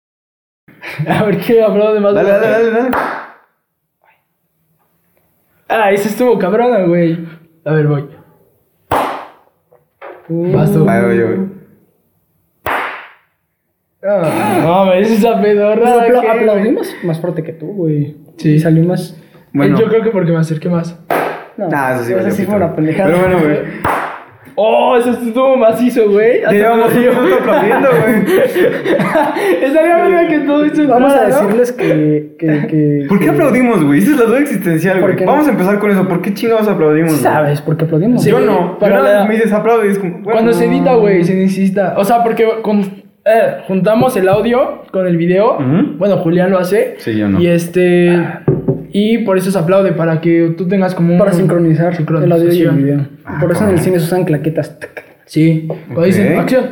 A ver qué hablamos de más. Dale, dale, dale, dale. Ah, ese estuvo cabrona, güey. A ver, voy. Vas tú. Ahí voy yo, Uh. güey. Ah, no, mames, esa pedorra. Apla- ¿qué, güey? aplaudimos más fuerte que tú, güey. Sí. Eh, Y salió más. Bueno. Yo creo que porque me acerqué más. No, Nah, eso sí esa valió sí pito. fue una pendejada. Pero bueno, güey. Oh, ese estuvo macizo, güey. Ya llevamos un minuto aplaudiendo, güey. Estaría verga que todo esto Vamos a entrara, ¿no? decirles que. que, que ¿Por qué aplaudimos, güey? Esa es la duda existencial, ¿Por güey. qué no? Vamos a empezar con eso. ¿Por qué chingados aplaudimos? Sí güey? sabes por qué aplaudimos. Sí, Yo güey, no. Yo para nada la- más me desaplaudo y es como. bueno, Cuando se edita, güey, se necesita. O sea, porque con- eh, juntamos el audio con el video. Ujú. Bueno, Julián lo hace. Sí, yo no. Y este. Y por eso se aplaude, para que tú tengas como un. Ah. Para sincronizar el audio y el sincronización. video. Ah, Por eso en el cabrón. cine se usan claquetas. Sí. Cuando Ok. dicen acción.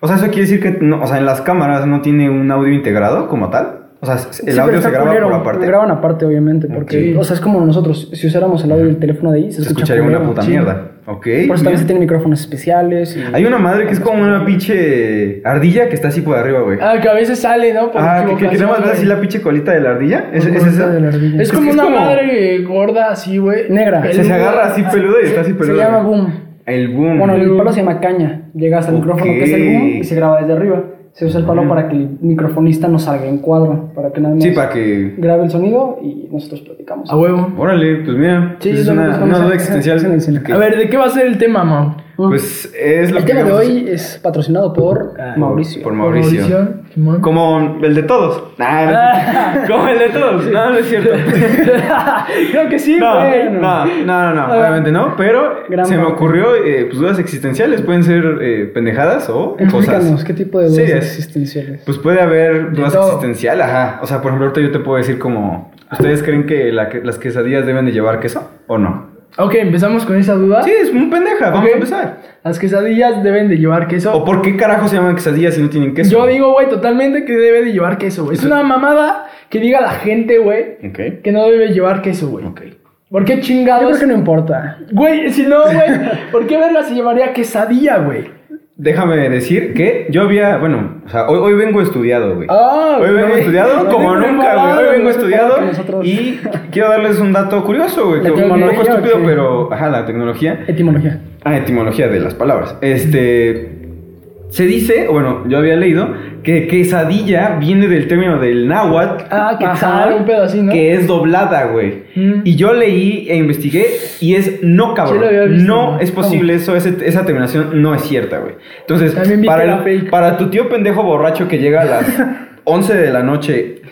O sea, eso quiere decir que, no- o sea, en las cámaras no tiene un audio integrado como tal. O sea, s- el Sí, pero audio está se graba culero. por Lo aparte. graban aparte, obviamente, porque, Sí. o sea, es como nosotros, si usáramos el audio del teléfono de ahí, se, Se escucha escucharía una culero. puta Sí. mierda. Ok. Por eso también bien. se tienen micrófonos especiales. y- Hay una madre que es como una pinche ardilla que está así por arriba, güey. Ah, que a veces sale, ¿no? Por Ah, que, que, que nada más equivocación, ves así güey. la pinche colita de la ardilla. ¿Es, Con es colita esa? de la ardilla. Es como es una madre gorda así, güey. Negra. O sea, se peluda. agarra así peluda y está así se peluda. llama güey. boom. El boom. Bueno, el palo se llama caña. Llegas al micrófono que es el boom y se graba desde arriba. Se usa el palo para que el microfonista no salga en cuadro, para que nada más Sí, para Ah, que. grabe el sonido y nosotros platicamos. A huevo. Órale, pues mira. Sí, pues es yo una, tampoco una sé. duda existencial. Sí, sí, sí. que- A ver, ¿de qué va a ser el tema, Mau? Mm. Pues es lo el que. tema de vamos a- hoy es patrocinado por ah, Mauricio. Por Mauricio. Simón. Como el de todos. Ah, no es cierto. como el de todos. No, no es cierto. Creo que sí, No, güey. no, no, no, no, obviamente no, pero Gran se me parte. ocurrió, eh, pues dudas existenciales pueden ser eh, pendejadas o Explícanos cosas. qué tipo de dudas Sí, es- existenciales. Pues puede haber dudas todo. existenciales, ajá. O sea, por ejemplo, ahorita yo te puedo decir como, ¿ustedes creen que la que- las quesadillas deben de llevar queso o no? Ok, empezamos con esa duda. Sí, es un pendeja, vamos Ok. a empezar. Las quesadillas deben de llevar queso. ¿O por qué carajo se llaman quesadillas si no tienen queso? Yo digo, güey, totalmente que debe de llevar queso, güey. Es una mamada que diga la gente, güey, Ok, que no debe llevar queso, güey. ok. ¿Por qué Yo creo chingados? que no importa. Güey, si no, güey, ¿por qué verga se llevaría quesadilla, güey? Déjame decir que yo había, bueno, o sea, hoy, hoy vengo estudiado, güey. Ah, Hoy vengo güey. estudiado No como tengo nunca, güey. preparado, Hoy vengo no estudiado que nosotros- y quiero darles un dato curioso, güey. ¿La que Un poco etimología o estúpido, qué? pero. Ajá, la tecnología. Etimología. Ah, etimología de las palabras. Este. Se dice, o bueno, yo había leído que quesadilla viene del término del náhuatl, Ah, que Ajá. tal, un pedo así, ¿no? que es doblada, güey. Mm. Y yo leí e investigué y es no, cabrón. Sí lo había visto, no ¿no? es posible eso, ese- esa terminación no es cierta, güey. Entonces, También vi para, que el- era fake. para tu tío pendejo borracho que llega a las 11 de la noche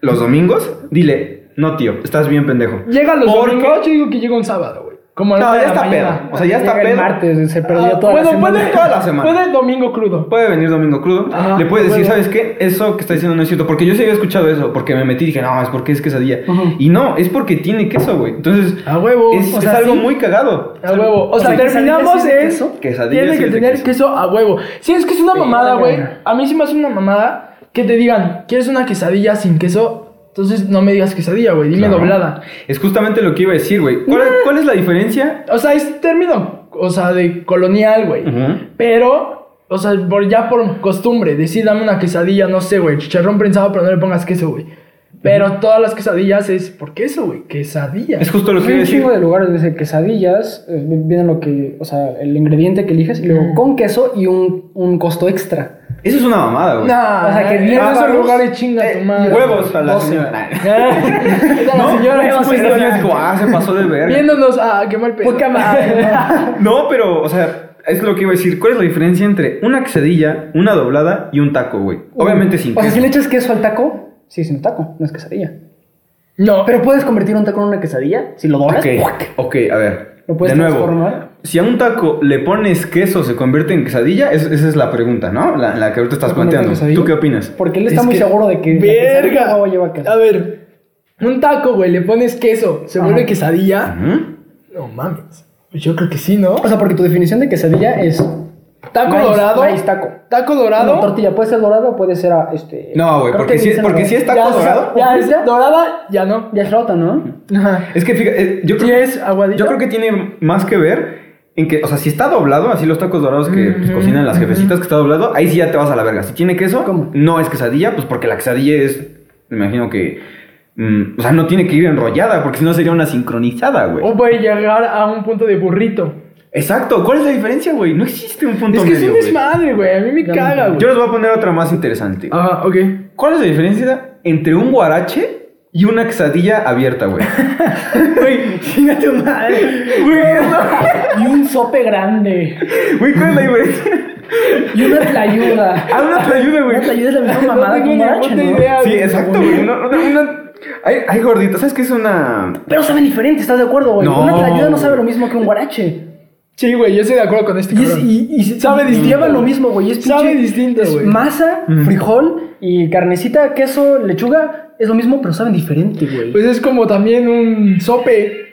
los domingos, dile, no tío, estás bien pendejo. Llega los Porque- domingos, yo digo que llega un sábado, güey. Como a la No, una ya de la está pedo. mañana. O sea, ya está Llega pedo. el martes, se perdió Ah, toda bueno, la semana. puede- Toda la semana. Puede domingo crudo. Puede venir domingo crudo. Ajá, le puedes decir, puede. ¿sabes qué? Eso que está diciendo no es cierto. Porque yo sí había escuchado eso. Porque me metí y dije, no, es porque es quesadilla. Ajá. Y no, es porque tiene queso, güey. Entonces, A Ah, huevo. es, O es sea, algo sí. muy cagado. A huevo. O sea, O sea, terminamos quesadillas en. sí de queso. Quesadillas Tiene sí que de tener queso. queso a huevo. Si es que es una mamada, Verga. güey. A mí sí me hace una mamada que te digan, ¿quieres una quesadilla sin queso? Entonces no me digas quesadilla, güey. Dime Claro. doblada. Es justamente lo que iba a decir, güey. ¿Cuál, cuál es la diferencia? O sea, es término, o sea, de colonial, güey. Ujú. Pero, o sea, por, ya por costumbre, decir dame una quesadilla, no sé, güey, chicharrón prensado, pero no le pongas queso, güey. Pero todas las quesadillas es por queso, güey, quesadilla. Es justo lo que Hay iba a un decir. chingo de lugares desde quesadillas, eh, viene lo que, o sea, el ingrediente que eliges, y luego con queso y un, un costo extra. Eso es una mamada, güey. Ah, Eh, Nah, O sea, que eh, en diez esos varos, lugares chinga tu madre. Huevos a la Doce. señora. Nah. Es a la No, señora, no, es una pues, la señora señora. dijo, ah, se pasó de verga. Viéndonos, ah, qué mal pedo. Poca Ah, madre. No, pero, o sea, es lo que iba a decir. ¿Cuál es la diferencia entre una quesadilla, una doblada y un taco, güey? Obviamente sin O sea, si queso. le echas queso al taco, sí, es un taco, no es quesadilla. No, pero Pero puedes convertir un taco en una quesadilla si lo doblas. Ok, ok, a ver. ¿Lo puedes de nuevo, transformar? si a un taco le pones queso, ¿se convierte en quesadilla? Es- esa es la pregunta, ¿no? La, la que ahorita estás ¿Se convierte en planteando. quesadilla? ¿Tú qué opinas? Porque él está Es muy que- seguro de que la quesadilla verga. no lleva queso. A ver, un taco, güey, le pones queso, se Ajá. vuelve quesadilla. Ujú. No mames. Pues Yo creo que sí, ¿no? O sea, porque tu definición de quesadilla es Taco Maíz, dorado. maíz, taco. Taco No, dorado. tortilla. Puede ser dorado o puede ser ah, este. No, güey, creo porque que si- dicen porque algo. si es taco Ya, o sea, dorado. ya Ya, es ya, dorada, ya no. ya es rota, ¿no? Ajá. Es que fíjate, eh, yo Sí, creo, es aguadilla. yo creo que tiene más que ver en que, o sea, si está doblado, así los tacos dorados que pues, Ujú, cocinan las ujú. jefecitas que está doblado, ahí sí ya te vas a la verga. Si tiene queso, ¿Cómo? no es quesadilla, pues porque la quesadilla es, me imagino que, mm, o sea, no tiene que ir enrollada, porque si no sería una sincronizada, güey. O puede llegar a un punto de burrito. Exacto, ¿cuál es la diferencia, güey? No existe un punto es que es medio, un güey. desmadre, güey. A mí me Ya caga, no. güey. Ah. Yo les voy a poner otra más interesante. Ajá, ok. ¿Cuál es la diferencia entre un guarache y una quesadilla abierta, güey? Güey, chinga tu madre. Y un sope grande. Güey, ¿cuál es la diferencia? Y una tlayuda. Ah, una tlayuda, güey. Una tlayuda es la misma No mamada que tengo un ni guarache, puta ¿no? idea. Sí, exacto, güey. No, no, no, no. Hay, hay gorditas, ¿sabes qué es una...? Pero saben diferente, ¿estás de acuerdo, güey? No. Una tlayuda no sabe lo mismo que un guarache. Sí, güey, yo estoy de acuerdo con este Y, es, cabrón. y, y- Sabe y distinto. Lleva lo mismo, güey. Es Sabe pinche- distinto, es güey. Masa, frijol y carnecita, queso, lechuga. Es lo mismo, pero saben diferente, güey. Pues es como también un sope.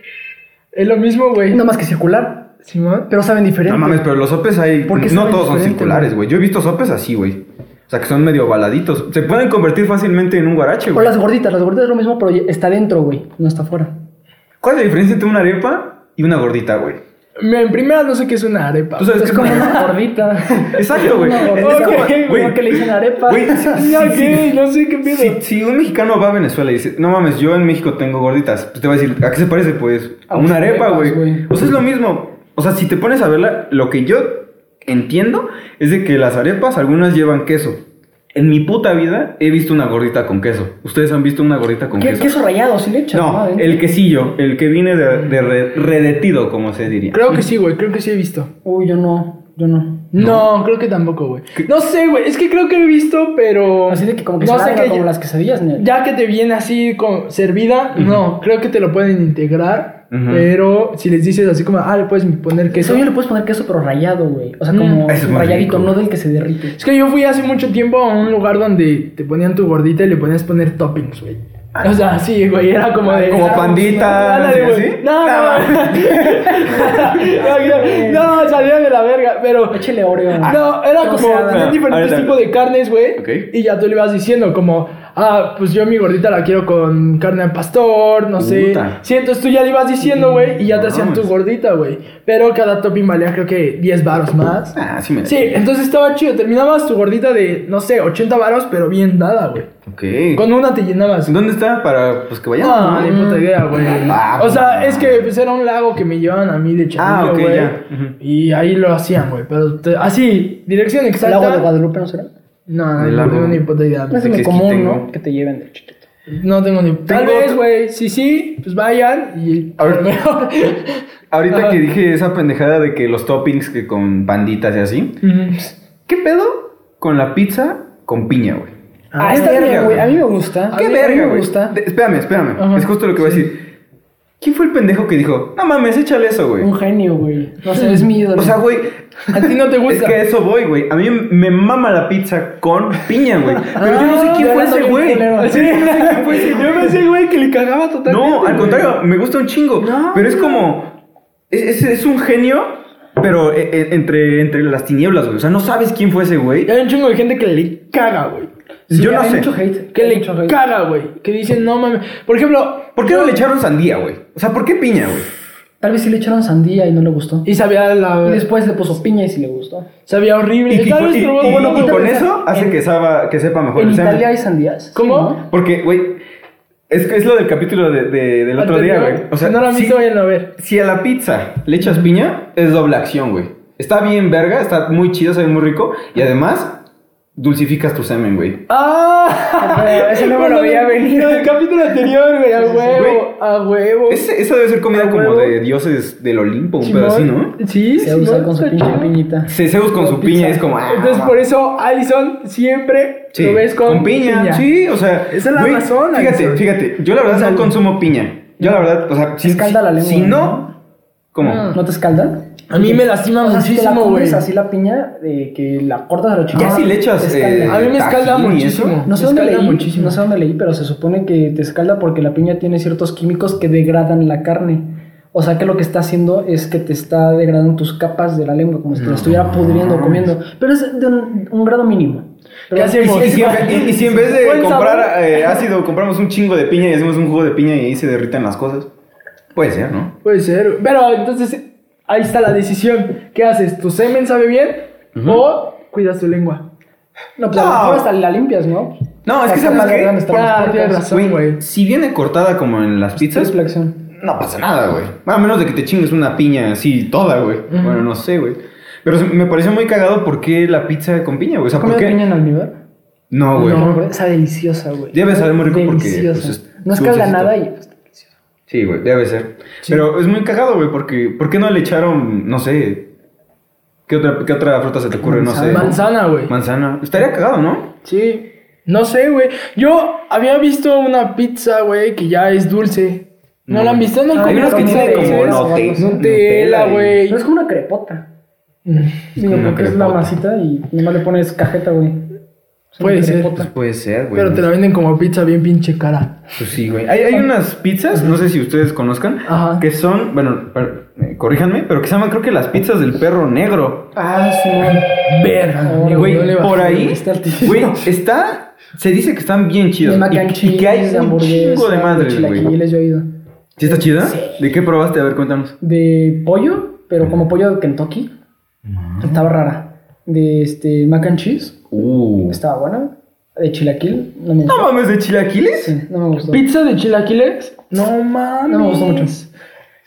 Es lo mismo, güey. Nada más que circular, Simón. pero saben diferente. No mames, pero los sopes hay... ¿Por qué no saben todos son diferente, circulares, güey. Yo he visto sopes así, güey. O sea, que son medio baladitos. Se pueden convertir fácilmente en un guarache, O güey. las gorditas, las gorditas es lo mismo, pero está dentro, güey. No está afuera. ¿Cuál es la diferencia entre una arepa y una gordita, güey? Mira, en primera no sé qué es una arepa. ¿Tú sabes Es qué como una gordita. Exacto, güey. Una Es gordita. como- Ok, güey. que le dicen arepa. Güey, sí, Ya, sí, sí. ¿qué? No sé qué pedo. Si, si un mexicano va a Venezuela y dice, no mames, yo en México tengo gorditas, pues te va a decir, ¿a qué se parece? Pues a A una unas arepa, arepas, güey. güey. O sea, es lo mismo. O sea, si te pones a verla, lo que yo entiendo es de que las arepas, algunas llevan queso. En mi puta vida he visto una gordita con queso. ¿Ustedes han visto una gordita con ¿Qué, queso? queso ¿eh? rallado, sin leche. No, el quesillo, el que viene de, de re- redetido, como se diría. Creo que sí, güey. Creo que sí he visto. Uy, yo no, yo no. No, creo que tampoco, güey. No sé, güey. Es que creo que he visto, pero. Así de que como que no se sé larga qué- como las quesadillas, ¿no? Ya que te viene así con, servida, no. Creo que te lo pueden integrar. Ujú. Pero si les dices así como, ah, le puedes poner queso. Eso yo le puedes poner queso, pero rallado, güey. O sea, Mm. como Eso es muy rayadito, rico. no del que se derrite. Es que yo fui hace mucho tiempo a un lugar donde te ponían tu gordita y le ponías poner toppings, güey. O sea, sí, güey, era como de... Como era- pandita, Ándale, ¿sí? güey. No, no, Ah. no. No, salía de la verga, pero... Échele oreo. ah, No, era como Troceada. tenían diferentes Ahorita. tipos de carnes, güey. Ok. Y ya tú le ibas diciendo como, ah, pues yo mi gordita la quiero con carne al pastor, no sé. Puta. Sí, entonces tú ya le ibas diciendo, güey, y ya te No hacían tu mames. gordita, güey. Pero cada topping valía creo que 10 baros más. Ah, sí me la Sí, entonces estaba chido. Terminabas tu gordita de, no sé, 80 varos, pero bien dada, güey. Ok. Con una te llenabas. ¿Dónde está? Para pues, que vayamos. No, ni puta idea, güey. Ah, O sea, no. es que pues, era un lago que me llevaban a mí de chiquillo, Ah, ok, güey. ya. Ujú. Y ahí lo hacían, güey. Pero te- así, dirección ¿El exacta. agua de Guadalupe no será? No, Del no, lago. tengo ni puta idea. No es Pensé que muy sí común, tengo. ¿no? Que te lleven del chiquito. No tengo ni. Tal Tengo- vez, güey. Si sí, pues vayan y. A ver. mejor. Ahorita Ajá. que dije esa pendejada de que los toppings que con banditas y así, Mm. ¿qué pedo con la pizza con piña, güey? Ah, Ah, está verga, bien, güey. güey. Ah, A mí me gusta. ¿Qué A mí- a mí verga, me güey? gusta. De- espérame, espérame. Ajá. Es justo lo que voy a decir. ¿Quién fue el pendejo que dijo, no mames, échale eso, güey? Un genio, güey. No sé, es mi O ídolo. sea, güey, A ti no te es gusta. que a eso voy, güey. A mí me mama la pizza con piña, güey. Pero yo no sé Ah, quién fue hablando ese bien güey. culero. Sí, yo pensé, güey, que le cagaba totalmente. No, güey. al contrario, me gusta un chingo. No, pero es no. como. Es, es- es un genio, pero e- e- entre, entre las tinieblas, güey. O sea, no sabes quién fue ese güey. Y Hay un chingo de gente que le caga, güey. Sí, yo no hay sé. mucho hate. Que hay le mucho hate. caga, güey. Que dicen, no mames. Por ejemplo, ¿Por qué no le echaron sandía, güey? O sea, ¿por qué piña, güey? Tal vez sí le echaron sandía y no le gustó. y sabía Y la. después le puso piña y sí le gustó. Ah, Sabía horrible. Y- y- Tal y- vez y- probó y- bueno, y pero- con tal vez eso en- hace que, saba- que sepa mejor En el sándwich. Italia hay sandías. ¿sí, ¿Cómo? no? Porque, güey, es, que es lo del capítulo de- de- del otro día, güey. O sea, no la han sí- visto, vayan a ver. Si a la pizza le echas piña, es doble acción, güey. Está bien verga, está muy chido, sabe muy rico. Y además, dulcificas tu semen, güey. ¡Ah! Pero ese no me lo veía venir. En el capítulo anterior, güey, a huevo. Güey. A huevo. Ese- esa debe ser comida ¿A como huevo? de dioses del Olimpo, un Simón. pedo así, ¿no? Sí, Se usa Simón, con su está pinche chido. piñita. Se- Zeus con su piña es como. ah, Entonces, mamá. por eso Allison siempre Sí, lo ves con, piña. Sí, o sea. Esa es la güey, razón, Fíjate, Alison. fíjate. Yo la verdad no consumo piña. Yo la verdad, o sea, si, Escalda la lengua, si no. ¿no? ¿Cómo? Ah. ¿No te escaldan? A mí me lastima O sea, si te la muchísimo, comes güey. así la piña, de que la cortas a la chica. Ya si le echas. eh, A mí me escalda tajín y muchísimo. eso. No sé Me dónde escalda leí, muchísimo. no sé dónde leí, pero se supone que te escalda porque la piña tiene ciertos químicos que degradan la carne. O sea que lo que está haciendo es que te está degradando tus capas de la lengua, como si te la estuviera pudriendo comiendo. Pero es de un, un grado mínimo. Pero- ¿Qué hacemos? Y si, y- y si en vez de Buen comprar eh, ácido, compramos un chingo de piña y hacemos un jugo de piña y ahí se derritan las cosas. Puede ser, ¿no? Puede ser. güey. Pero entonces, ahí está la decisión. ¿Qué haces? ¿Tu semen sabe bien? Ujú. ¿O cuidas tu lengua? No, pues a No. lo mejor hasta la limpias, ¿no? No, es que Hasta sabes más qué? grande están los Ah, puercos. tienes razón. Güey, güey. si viene cortada como en las pizzas, Triple acción. no pasa nada, güey. A menos de que te chingues una piña así toda, güey. Bueno, no sé, güey. Pero se- me pareció muy cagado por qué la pizza con piña, güey. O sea, ¿Has ¿por comido qué? piña en almíbar? No, güey. No, güey, está deliciosa, güey. Debe saber muy rico porque, Deliciosa. pues, es no es que habla dulcecito. nada y pues, deliciosa. Sí, güey, debe ser. Pero es muy cagado, güey, porque ¿por qué no le echaron, no sé, qué otra, qué otra fruta se te ocurre? No sé. Manzana, güey. Manzana. Estaría cagado, ¿no? Sí. No sé, güey. Yo había visto una pizza, güey, que ya es dulce. ¿No, la han visto? No han Ah, Mm. Hay comido unas que pizza tiene de como esas? no- note- Nutella, güey. No es como una crepota. Mm, Digo, como una porque es la crepota. masita y nomás le pones cajeta, güey. Es una Puede ser. Pues crepota. puede ser, güey. Pero te la venden como pizza bien pinche cara. Pues sí, güey. Hay, hay unas pizzas, no sé si ustedes conozcan, Ajá. que son, bueno, per- eh, corríjanme, pero que se llaman creo que las pizzas del perro negro. Ah, sí, güey. Verga, Ahora, Güey, no le bajé, por ahí, está altísimo. güey, está, se dice que están bien chidas. De mac Y, and y que hay cheese, un chingo de madres, güey. chilaquiles yo he ido. ¿Sí está chida? Sí. ¿De qué probaste? A ver, cuéntanos. De pollo, pero como pollo de Kentucky. Ah. Estaba rara. De este mac and cheese. Uh. Estaba buena. De chilaquil. No me No gustó. mames, ¿de chilaquiles? Sí, no me gustó. ¿Pizza de chilaquiles? No mames. No me gustó mucho.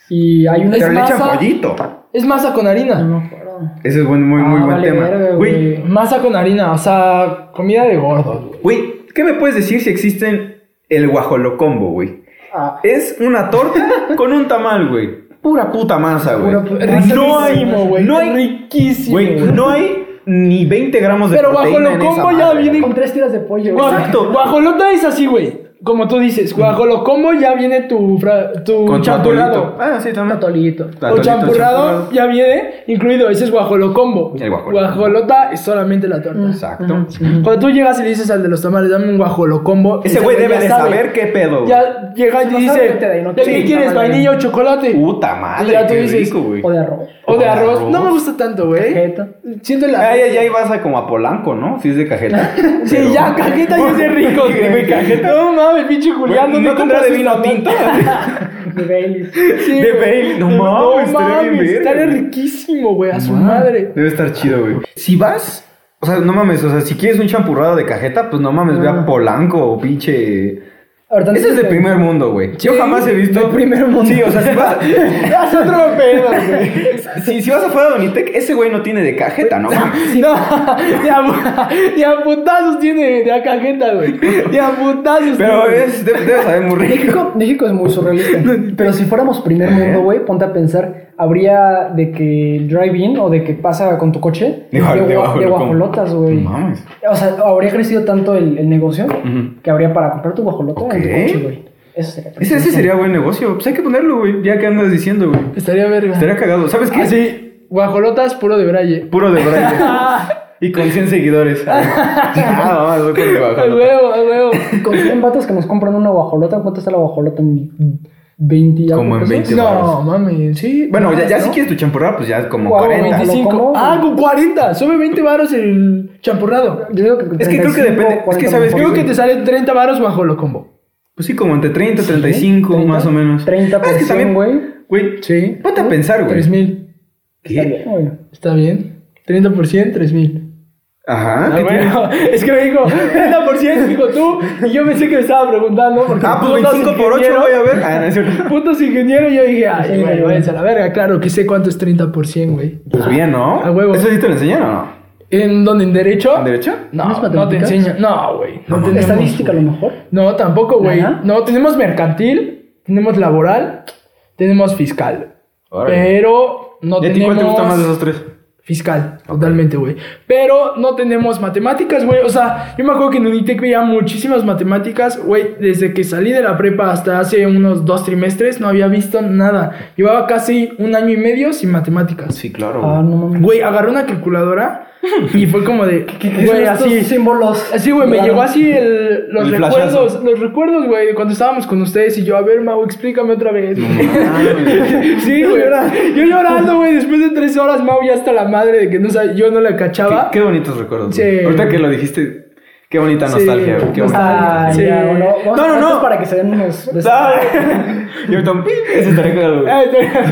Y hay una Pero Pero Es le echan masa. pollito. Es masa con harina. No me acuerdo. Ese es buen, muy, muy Ah, buen vale tema. verga, Güey, güey. Masa con harina, o sea, comida de gordos, güey. güey, ¿qué me puedes decir si existen el guajolocombo, güey? Ah, Es una torta con un tamal, güey. Pura puta masa, güey. Pura puta- No hay, Riquísimo, güey. no hay, riquísimo. güey, no hay ni 20 gramos de Pero proteína en esa guajolocombo ya madre. viene- con tres tiras de pollo. güey. Guaj- Exacto. Guajolota es así, güey. Como tú dices, guajolocombo ya viene tu, fra- tu Con champurrado. champurrado. Ah, sí, también. Atolito. Tu Atolito, champurrado champurrado. ya viene incluido, ese es guajolocombo. El guajolocombo. Guajolota es solamente la torta. Exacto. Mm. Cuando tú llegas y le dices al de los tamales, dame un guajolocombo. Ese güey debe ya de sabe. saber qué pedo. güey. Ya llega y Si te no dice, sabe, vete de ahí, no ¿de te- qué sí, quieres? tamal, ¿Vainilla o chocolate? Puta madre, Ya tú qué dices, rico, güey. O de arroz. O de arroz. arroz. No me gusta tanto, güey. Cajeta. Siento la. Ay, ay, ay, vas a como a Polanco, ¿no? Si es de cajeta. Ah, Sí, Pero- ya, cajeta yo soy rico, güey. Cajeta. No mames, pinche Julián. Güey, ¿dónde ¿No tendrá compras de vino esa tinto? De Baileys. Sí, De güey. Bailey. No mames, estaría bien mames, verga, estaría güey. riquísimo, güey, a su madre. Debe estar chido, güey. Si vas, o sea, no mames, o sea, si quieres un champurrado de cajeta, pues no mames, ve a Polanco o pinche. Ahorita Ese es antes de de- primer mundo, güey. Yo Sí, jamás he visto. del primer mundo. Sí, o sea, si vas. Es otro pedo, güey. si, si vas afuera de Unitec, ese güey no tiene de cajeta, ¿no? mames. No, ni a, ni a putazos tiene de a cajeta, güey. Ni a putazos Pero tiene. es, de- debe saber muy rico. México, México es muy surrealista. Pero si fuéramos primer mundo, güey, ponte a pensar, habría de que drive-in o de que pasa con tu coche De gua- de gua- guajolocombo. de guajolotas, güey. No mames. O sea, habría crecido tanto el, el negocio Ujú. que habría para comprar tu guajolota Ok. en tu coche, güey. Eso sería. Ese, ese sería buen negocio. Pues hay que ponerlo, güey. Ya que andas diciendo, güey. Estaría verga. Estaría cagado. ¿Sabes qué? Así, guajolotas puro de braille. Puro de braille. y con 100 seguidores. Ah, Nada más, no con el A bajón. huevo, a huevo. Con 100 vatos que nos compran una guajolota, ¿cuánto está la guajolota? En 20 y algo Como en pesos? 20. No, mami, sí. Bueno, ya, ya ¿no? si quieres tu champurrado, pues ya como Guau, 40. 25. ¿Cómo? Ah, con 40. Sube 20 varos el champurrado. Yo digo que Es que creo que 35, depende- es que 40 sabes, mejor, Creo que güey. te sale 30 varos bajo lo combo. Pues sí, como entre 30, 35, 30, más o menos. 30 Ah, es que por también, 100, güey. Güey, Sí. ponte a pensar, güey. 3000. Está bien, güey. Está bien. 30 por 100, 3000. Ajá. Ah, ¿qué tiene? bueno, es que me dijo 30 por 100, dijo tú. Y yo pensé que me estaba preguntando. Porque Ah, pues putos 25 por 8, ingenieros- voy a ver. Ah, no es cierto. Putos ingenieros, yo dije, ay, Sí, güey, güey. váyanse a la verga. Claro que sé cuánto es 30 por 100, güey. Pues bien, ¿no? A huevo. ¿Eso sí te lo enseñaron o no? ¿En dónde? ¿En derecho? ¿En derecho? ¿No No, es no te matemáticas? enseño. No, güey. No, tenemos, Estadística a lo mejor. No, tampoco, güey. ¿Nada? No, tenemos mercantil, tenemos laboral, tenemos fiscal. Órale. Pero no ¿Y a ti tenemos. cuál te gusta más de esos tres? Fiscal, totalmente, güey. Pero no tenemos matemáticas, güey. O sea, yo me acuerdo que en Unitec veía muchísimas matemáticas, güey. Desde que salí de la prepa hasta hace unos dos trimestres no había visto nada. Llevaba casi un año y medio sin matemáticas. Sí, claro. Ah, no mames. Güey, agarré una calculadora y fue como de. ¿Qué Güey, son estos así. símbolos. Así, güey, me Raros. llegó así el, los El recuerdos, flashazo. los recuerdos, güey, de cuando estábamos con ustedes y yo, a ver, Mau, explícame otra vez. güey. sí, güey, yo llorando, güey, después de tres horas, Mau ya hasta la madre de que no sab- yo no la Qué, cachaba. qué bonitos recuerdos. Sí. güey. Ahorita que lo dijiste, Qué bonita nostalgia, güey. Qué bonita. Ah, Sí. ya, bueno, No, vamos a no, cortar no. Para que se den unos. besos. Y ahorita un pip, Eso estaría claro, güey. Ah, Eh, estaría,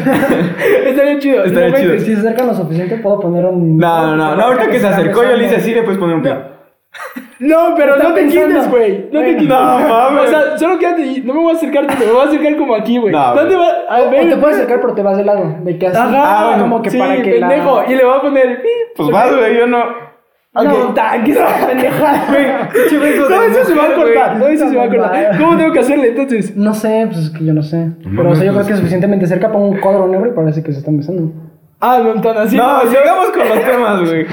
estaría chido. Estaría No, chido. güey, Si se acercan lo suficiente, puedo poner un. No, no, no, no, ahorita que se acercó yo le hice así, le puedes poner un pip. No, pero Está no te pensando. quites, güey. No te Bueno. quites. No, mames. O sea, solo quédate. ahí. No me voy a acercar, tanto, me voy a acercar como aquí, güey. No, No, güey. te vas a O ver. te puedes acercar, pero te vas de lado. De que así. Ajá, Ah, bueno, como que sí, para que. la- pendejo. Y le voy a poner. Pues vas, güey, yo no. No, No. ta, que esa pendejada. pinche beso de Todo eso se va a mujer, cortar. güey. Todo eso se va a cortar. Mamá. ¿Cómo tengo que hacerle entonces? No sé, pues es que yo no sé. Pero mames, o sea, pues, yo creo que es sí. suficientemente cerca pongo un cuadro negro y parece que se están besando. Ah, no, tan así. No, sigamos con los temas, güey.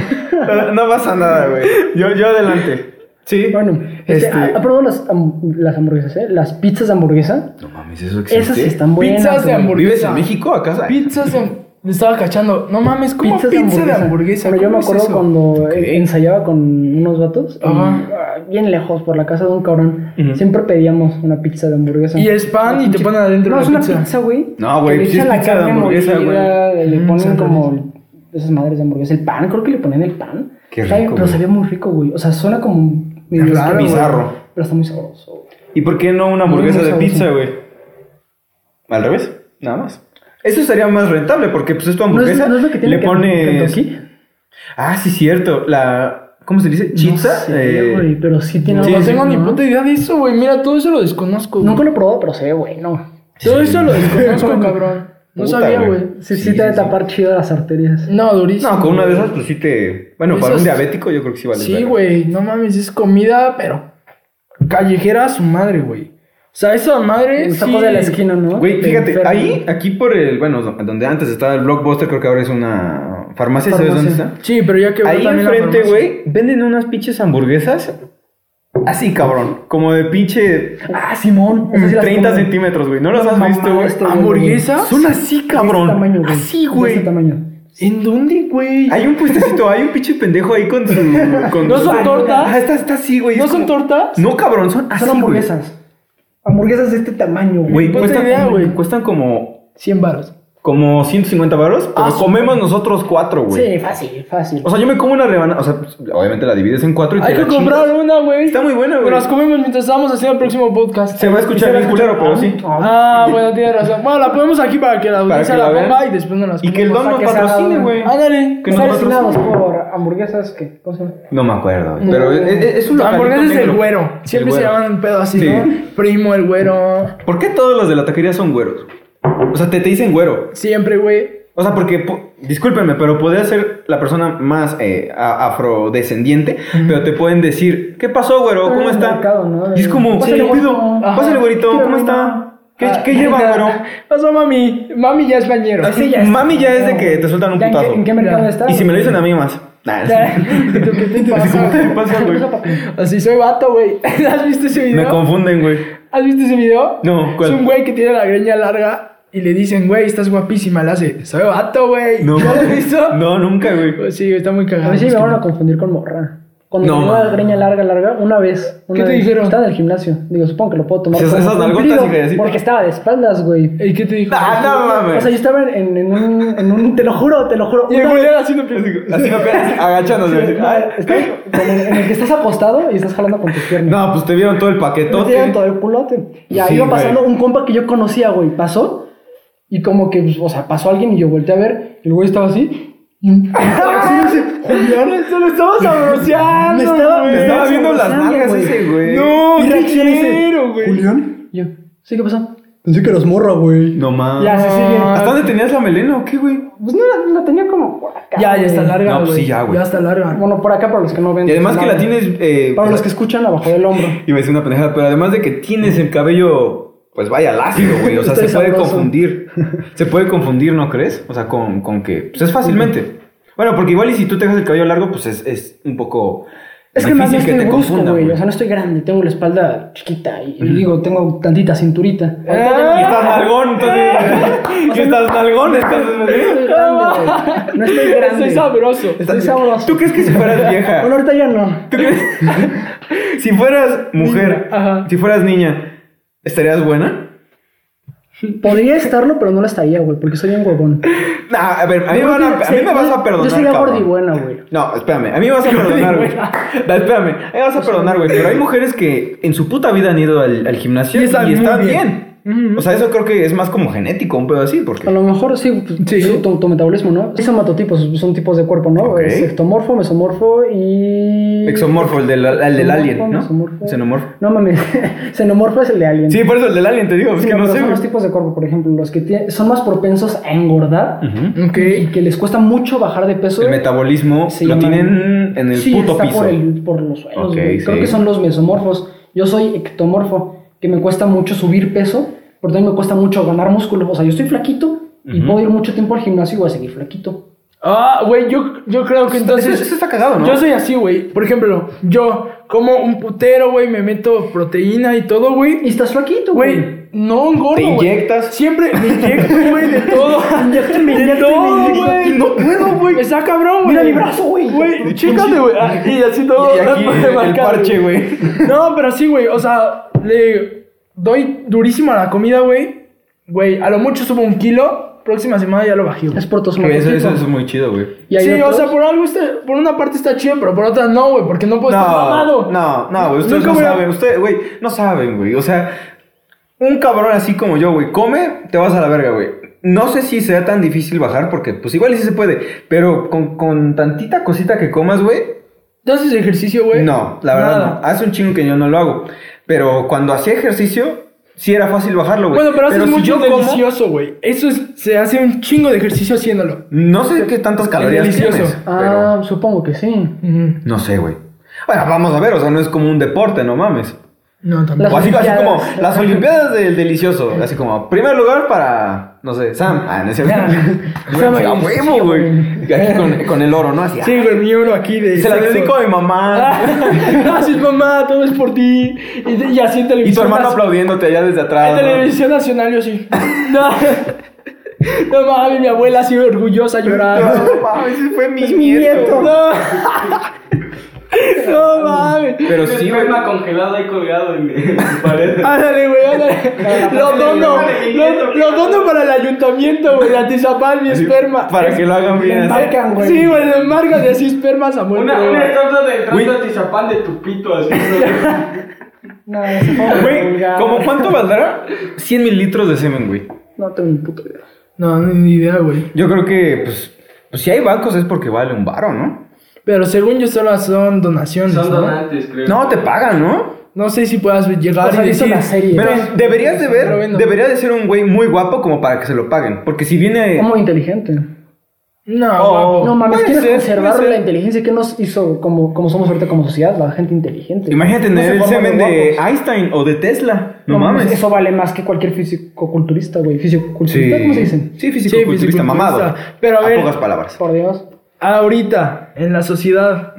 No, no pasa nada, güey. Yo, yo adelante. Sí. Bueno, Este- este, ¿ha ha probado las, ham- las hamburguesas, eh? Las pizzas de hamburguesa. No mames, eso Esas sí están buenas. Pizzas de güey. hamburguesa. ¿Vives en México, a casa? Pizzas de. Me estaba cachando. No mames, ¿cómo Pizzas pizza de hamburguesa? Bueno, yo ¿Cómo me es acuerdo eso? cuando eh, ensayaba con unos vatos. en- Ajá. ah, bien lejos, por la casa de un cabrón. Ujú. Siempre pedíamos una pizza de hamburguesa. Y es pan Una y te pinche- ponen adentro No, la es una pizza. pizza, güey. No, güey, que sí le es echan la pizza de carne hamburguesa, güey. molida, Le Mm, ponen sabe como esas madres de hamburguesa. El pan, creo que le ponían el pan. Qué Sabe- rico, Pero güey. sabía muy rico, güey. O sea, suena como... medio raro, asqueroso, bizarro. güey, Pero está muy sabroso, güey. ¿Y por qué no una hamburguesa No, no de sabes, pizza, güey? Al revés, nada más. Eso sería más rentable porque pues es tu ¿No es, hamburguesa. no es lo que tiene le que- pones. Kentucky? Ah, sí, cierto. La. ¿Cómo se dice? Chizza. No sé, eh, güey, pero sí tiene No, algo no así, tengo ni ¿no? puta idea de eso, güey. Mira, todo eso lo desconozco. güey. Nunca lo he probado, pero sé, güey, no. Todo eso lo desconozco, cabrón. No Puta, sabía, güey. güey. Sí, sí, Sí, te ha de sí, sí. tapar chido las arterias. No, durísimo. no, con una de esas, pues sí te. Bueno, para Esas- un diabético, yo creo que sí vale. Sí, güey. No mames, es comida, pero callejera a su madre, güey. O sea, esa madre. El taco sí. de la esquina, ¿no? Mm, Güey, Te fíjate, enferma. ahí, aquí por el. Bueno, donde antes estaba el blockbuster, creo que ahora es una farmacia, ¿sabes Farmacia. dónde está? Sí, pero ya que Ahí enfrente, güey, venden unas pinches hamburguesas. Así, cabrón. Como de pinche Ah, Simón. esas sí las 30 como- centímetros, güey. ¿No las has Mamá, visto, güey? esto, güey, ¿Hamburguesas? Son así, cabrón. De este tamaño, güey. Así, De güey. este tamaño. ¿En dónde, güey? Hay un puestecito, hay un pinche pendejo ahí con su. con ¿No su- son tortas? Ah, está, está así, güey. ¿No Es son como- tortas? No, cabrón, son así. Son hamburguesas. Hamburguesas de este tamaño, güey. Güey, Puta cuestan, idea, güey. cuestan como, 100 baros. como 150 baros, pero Ah, sí. comemos nosotros cuatro, güey. Sí, fácil, fácil. O sea, yo me como una rebanada. O sea, pues, obviamente la divides en cuatro y Hay te la que comprar chingas. una, güey. Está muy buena, Pero güey. las comemos mientras estamos haciendo el próximo podcast. Se va a escuchar bien culero, pero sí. Ah, bueno, tienes razón. Bueno, la ponemos aquí para que la audiencia que la la vean. ponga y después nos las Y que el comemos. don nos que se haga patrocine, una. güey. Ándale. Que Están nosotros- alucinados por hamburguesas que. ¿Cómo se llama? No me acuerdo, güey, pero es, es- es un localito Hamburguesas del negro. güero. Siempre El se güero. llaman un pedo así, Sí. ¿no? Primo, el güero. ¿Por qué todos los de la taquería son güeros? O sea, te, te dicen güero. Siempre, güey. O sea, porque, po- discúlpenme, pero podría ser la persona más eh, a- afrodescendiente, pero te pueden decir, ¿qué pasó, güero? Todo ¿Cómo el está? mercado, ¿no? Y es como, Pásale, ¿qué güerito. pido? Ajá. Pásale, güerito, Quiero ¿cómo una- está? ¿Qué, Ah, qué lleva, güero? Pasó, mami. Mami ya es bañero. Así ya es. Mami ya es de que te sueltan un ¿Ya en putazo. qué- ¿En qué mercado Ya. está? Y si me lo güey? dicen a mí más. Nah, Ya. ¿Tú qué te Así como, pasa? ¿qué te pasa, güey? Así soy vato, güey. ¿Has visto ese video? Me confunden, güey. ¿Has visto ese video? No, ¿cuál? Es un güey que tiene la greña larga y le dicen, güey, estás guapísima. Le hace, soy vato, güey. No, ¿No lo has visto? no, nunca, güey. Pues sí, está muy A cagado. mí sí me Es que- van a confundir con morra. Cuando No, tenía la ma. greña larga, larga, una vez. una ¿Qué te vez, dijeron? Estaba en el gimnasio. Digo, supongo que lo puedo tomar. Esas- como esas nalgotas, cumplido, hija de decir. Porque estaba de espaldas, güey. ¿Y qué te dijo? Ah, no mames. O sea, yo estaba en, en un, en un. Te lo juro, te lo juro. Y el una- güey haciendo Así no quedas agachándose. No, Ay. estaba como en, en el que estás acostado y estás jalando con tus piernas. No, pues te vieron todo el Me tiraron paquetote. todo el culote. Y ahí Sí, iba güey. pasando un compa que yo conocía, güey. Pasó. Y como que, pues, o sea, pasó alguien y yo volteé a ver. El güey estaba así. Y estaba así, dice, Julián. Se lo estaba saboreando. Me estaba- güey. Me estaba viendo las Saboreando, nalgas güey. ese, güey. No, Y qué reacciona y dice, quiero, güey. ¿Julián? Y yo, ¿sí qué pasó? Pensé que eras morra, güey. No mames. Ya, se sigue. ¿Hasta dónde tenías la melena o qué, güey? Pues no, la, la tenía como por acá. Ya, ya está güey. larga, No, güey. pues sí, ya, güey. Ya está larga. Bueno, por acá, para los que pues, no ven. Y además que la larga. tienes. Eh, Para los que escuchan, abajo del hombro. Iba a decir una pendejada, pero además de que tienes el cabello, pues vaya lacio, güey. O sea, se Estoy puede sabroso. confundir. Se puede confundir, ¿no crees? O sea, con, con que. Pues es fácilmente. Bueno, porque igual y si tú te dejas el cabello largo, pues es, es un poco. Es que más no difícil estoy brusco, confundan, güey. O sea, no estoy grande. Tengo la espalda chiquita. Y digo, tengo tantita cinturita. Ahorita ya no- Ah, Estás nalgón, entonces. estás nalgón, No estás. estoy grande, güey. No estoy grande. Estoy sabroso. Estoy sabroso. ¿Tú crees que si fueras vieja? Bueno, ahorita ya no. ¿Tú crees? si fueras mujer, Niña, ajá. si fueras niña, ¿estarías buena? Podría estarlo, pero no lo estaría, güey, porque soy un huevón. Nah, a ver, a mí, me van a, a Sí, mí me vas a perdonar. Yo sería cabrón. gordibuena, güey. No, espérame, a mí me vas a perdonar, güey. Da, Espérame, a mí me vas a perdonar, güey. Pero hay mujeres que en su puta vida han ido al, al gimnasio Y y están están, muy bien. bien. Ujú. O sea, eso creo que es más como genético, un pedo así, porque. A lo mejor sí, pues, Sí. su- Tu, tu metabolismo, ¿no? Sí, son matotipos, son tipos de cuerpo, ¿no? Ok. Es ectomorfo, mesomorfo y. Exomorfo, el del, el del Exomorfo, alien, mesomorfo. ¿no? Xenomorfo. No mames, xenomorfo es el de alien. Sí, por eso el del alien te digo, es Sí, que no pero sé. son güey. los tipos de cuerpo, por ejemplo, los que tie- son más propensos a engordar Ujú. Ok. y que les cuesta mucho bajar de peso. El metabolismo Sí, lo man. tienen en el sí, puto está piso. Por, el- por los suelos. Ok, güey. Creo sí. que son los mesomorfos. Yo soy ectomorfo, que me cuesta mucho subir peso, pero también me cuesta mucho ganar músculo. O sea, yo estoy flaquito y Ujú. puedo ir mucho tiempo al gimnasio y voy a seguir flaquito. Ah, güey, yo, yo creo que entonces. eso- eso está cagado, ¿no? Yo soy así, güey. Por ejemplo, yo como un putero, güey, me meto proteína y todo, Y güey. estás flaquito, güey. Güey, no engordo. ¿Te güey. inyectas? Siempre me inyecto, güey, de todo. Inyecto, me de inyecto, me todo, inyecto. güey. No puedo, güey. Está cabrón, güey. Mira mi brazo, güey. Güey, chécate, güey. Ah, Y así todo. Y aquí tratando de el marcar, parche, güey. No, pero sí, güey. O sea, le doy durísimo a la comida, güey. Güey, a lo mucho subo un kilo. Próxima semana ya lo bajé, güey. Es por tus Güey, eso, eso- matotipos. eso es muy chido, güey. Y hay Sí, o otros- sea, por algo está, por una parte está chido, pero por otra no, güey, porque no puedo estar Pues, mamado. No, no, no, güey. Ustedes Nunca no voy a- saben. Ustedes, güey, no saben, güey. O sea, un cabrón así como yo, güey, come, te vas a la verga, güey. No sé si sea tan difícil bajar, porque pues igual y sí se puede. Pero con, con tantita cosita que comas, güey, ¿Tú haces ejercicio, güey? no, la verdad Nada. no. Hace un chingo que yo no lo hago. Pero cuando hacía ejercicio, sí era fácil bajarlo, güey. Bueno, pero haces si mucho yo como, delicioso, güey. Eso es, se hace un chingo de ejercicio haciéndolo. No sé qué tantas calorías delicioso. tienes. Ah, supongo que sí. pero no sé, güey. Bueno, vamos a ver, o sea, no es como un deporte, no mames. No, también. Las O así, así Olimpiadas. como las Olimpiadas del Delicioso. Así como, primer lugar para, no sé, Sam. Ah, no es cierto. Sam, Güey, a huevo, güey. Y Aquí con, con el oro, ¿no? Así, ah, Sí, güey, mi oro aquí de. se la sexo. Ah, dedico a mi mamá. Gracias, mamá, todo es por ti. Y, y así en Y tu televisión. hermano nac- aplaudiéndote allá desde En atrás. ¿no? televisión nacional, yo sí. No, no mames, mi abuela así orgullosa llorando. No, mames, ese fue mi No. No mames. Pero Pues sí, güey. Esperma congelado ahí colgado en mi en mi pared. Ándale, güey, ándale. Lo dono. Lo, lo dono para el ayuntamiento, güey. de Atizapán, mi Así, esperma. Para que lo hagan bien. así. Marcan, güey. Sí, güey, le marcan de así esperma Samuel. Una, una Cueva. estatua de Güey. Trató Atizapán de tu pito así. No, eso fue Güey, vulgar. ¿cómo cuánto valdrá? 100 mililitros de semen, güey. No tengo ni puta idea. No, ni idea, güey. Yo creo que, pues, pues, si hay bancos es porque vale un varo, ¿no? Pero según yo, solo son donaciones. Son ¿no? donantes, creo. No, te pagan, ¿no? No sé si puedas llegar O sea, y hizo decir. la serie. Pero Pues, deberías de pero ver, bueno. debería de ser un güey muy guapo como para que se lo paguen. Porque si viene. ¿Cómo inteligente? No, Oh. guapo. No mames, Puede quieres ser, conservar puede ser. la inteligencia que nos hizo como, como somos ahorita como sociedad, la gente inteligente. Imagínate No se tener el forman semen los de guapos. Einstein o de Tesla. No, No mames, mames. Eso vale más que cualquier fisicoculturista, güey. Sí. Fisicoculturista, ¿cómo se dicen? Sí, Sí, fisicoculturista, fisicoculturista. mamado. Pero a ver- pocas palabras. Por Dios. Ahorita, en la sociedad,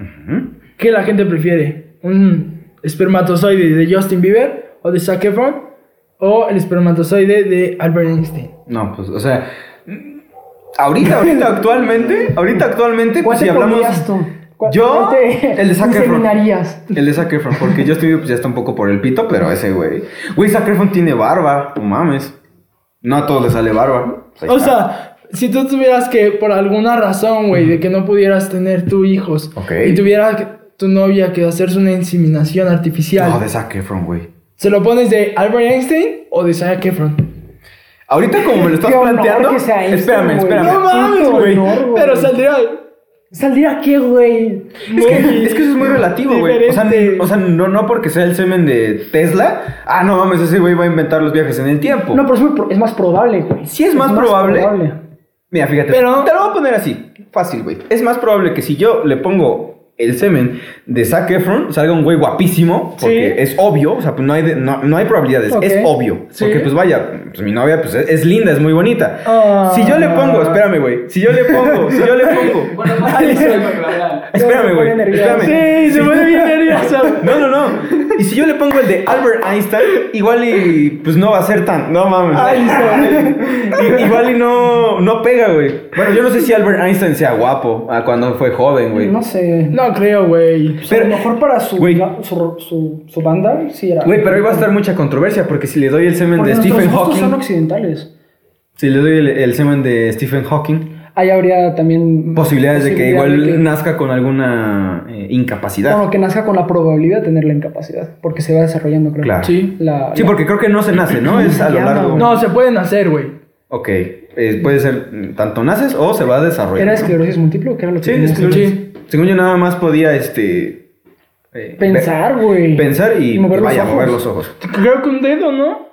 ¿qué la gente prefiere? ¿Un espermatozoide de Justin Bieber o de Zac Efron? ¿O el espermatozoide de Albert Einstein? No, pues, o sea. mm, Ahorita, ahorita, actualmente. Ahorita, actualmente, ¿Cuál pues si te hablamos. pondrías tú? ¿Cuál- Yo, cuál te el de Zac Efron. inseminarías? El de Zac Efron, porque Justin Bieber pues, ya está un poco por el pito, pero ese güey. Güey, Zac Efron tiene barba, no mames. No a todos les sale barba. Pues, ahí O está. sea, si tú tuvieras que, por alguna razón, güey, de que no pudieras tener tu hijos Ok. y tuviera que- tu novia que hacerse una inseminación artificial, No, de Zac Efron, güey. ¿se lo pones de Albert Einstein o de Zac Efron? Ahorita como me lo estás Qué honor planteando. que sea Einstein, espérame, güey. espérame. No mames, puto güey. honor, güey. Pero saldría. ¿Saldría qué, güey? Es que, es que eso es muy relativo, güey. O sea, Diferente. o sea, no, no porque sea el semen de Tesla. Ah, no mames, ese güey va a inventar los viajes en el tiempo. No, pero es, muy pro- es más probable, güey. Sí es más probable. Mira, fíjate. Pero- Te lo voy a poner así. Fácil, güey. Es más probable que si yo le pongo el semen de Zac Efron, salga un güey guapísimo. Porque Sí. es obvio. O sea, pues no hay, de- no, no hay probabilidades. Ok. Es obvio. Sí. Porque, pues vaya, pues mi novia pues, es, es linda, es muy bonita. Ah. Si yo le pongo, espérame, güey. Si yo le pongo, si yo le pongo. Bueno, más que se aclara. Espérame, Se güey. pone nerviosa. Espérame. Sí, se pone bien nerviosa. No, no, no. Y si yo le pongo el de Albert Einstein, igual y pues no va a ser tan. No mames. I- igual y no, no pega, güey. Bueno, yo no sé si Albert Einstein sea guapo ah, cuando fue joven, güey. No sé. No, No creo, güey. O sea, Pero- a lo mejor para su, güey. ba- su, su, su banda, sí era. Güey, pero ahí va a estar mucha controversia porque si le doy el semen Porque de nuestros Stephen gustos son Hawking, occidentales. si le doy el, el semen de Stephen Hawking, Ahí habría también. posibilidades de que posibilidad igual de que- nazca con alguna eh, incapacidad. Bueno, que nazca con la probabilidad de tener la incapacidad. Porque se va desarrollando, creo. Claro. Sí. La, Sí, la- porque creo que no se nace, ¿no? Es a lo Ya no. largo. No, se pueden hacer, güey. Ok, eh, puede ser mm, tanto naces o se va desarrollando. ¿Era esclerosis múltiple o qué era lo que Sí, tenías? esclerosis. Sí. Según yo nada más podía este eh, Pensar, güey. pe- pensar y, Y mover los vaya, ojos. mover los ojos. Creo que un dedo, ¿no?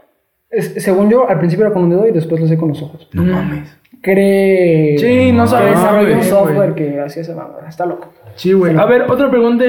Es- según yo, al principio era con un dedo y después lo hice con los ojos. No Mm. mames. Cree. Sí, no Que sabes. desarrolló un güey. software que hacía esa mamada. Está loco. Sí, güey. A ver, otra pregunta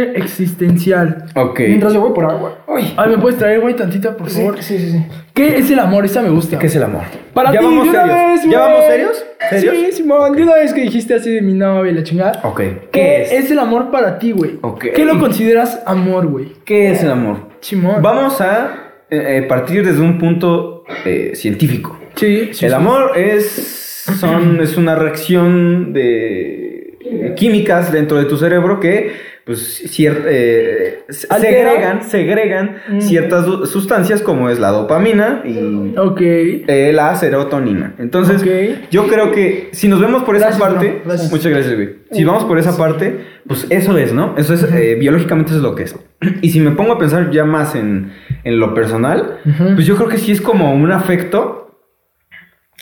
existencial. Ok. Mientras yo voy por agua. Uy. Ay, ¿me puedes traer, güey, tantita, por Sí, favor? sí, sí. sí. ¿Qué es el amor? Esa me gusta. ¿Qué es el amor? Para ¿Ya ti, vamos de una serios? vez, ¿Ya güey. vamos serios? ¿Serios? Sí, Simón, de una vez que dijiste así de mi novia y la chingada. Ok. ¿Qué es? el amor para ti, güey? Ok. ¿Qué lo consideras amor, güey? ¿Qué es el amor? Simón. Vamos a eh, eh, partir desde un punto eh, científico. Sí, sí, sí. el amor es, son, es una reacción de eh, químicas dentro de tu cerebro que pues, cier- eh, se- Altera. segregan, segregan Mm. ciertas du- sustancias como es la dopamina y Ok. eh, la serotonina. Entonces, Ok. yo creo que si nos vemos por Gracias, esa parte, bro. Gracias. muchas gracias, güey. Si vamos por esa parte, pues eso es, ¿no? Eso es, eh, biológicamente eso es lo que es. Y si me pongo a pensar ya más en, en lo personal, Ujú. pues yo creo que sí es como un afecto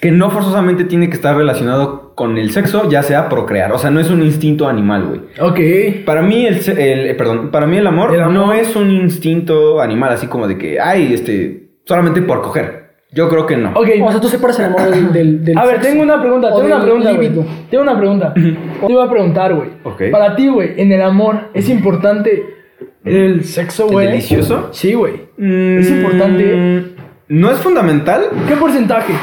que no forzosamente tiene que estar relacionado con el sexo, ya sea procrear. O sea, no es un instinto animal, güey. Ok. Para mí el, se- el- eh, perdón, para mí el amor, El amor. no es un instinto animal así como de que, ay, este, solamente por coger. Yo creo que no. Ok. O sea, tú separas el amor del. del, del A ver, sexo. tengo una pregunta, O tengo una del pregunta, güey. líbido. Tengo una pregunta. Te iba a preguntar, güey. Ok. Para ti, güey, en el amor, ¿es importante el sexo, ¿El güey? delicioso? Sí, güey. Mm, Es importante. No es fundamental ¿Qué porcentaje?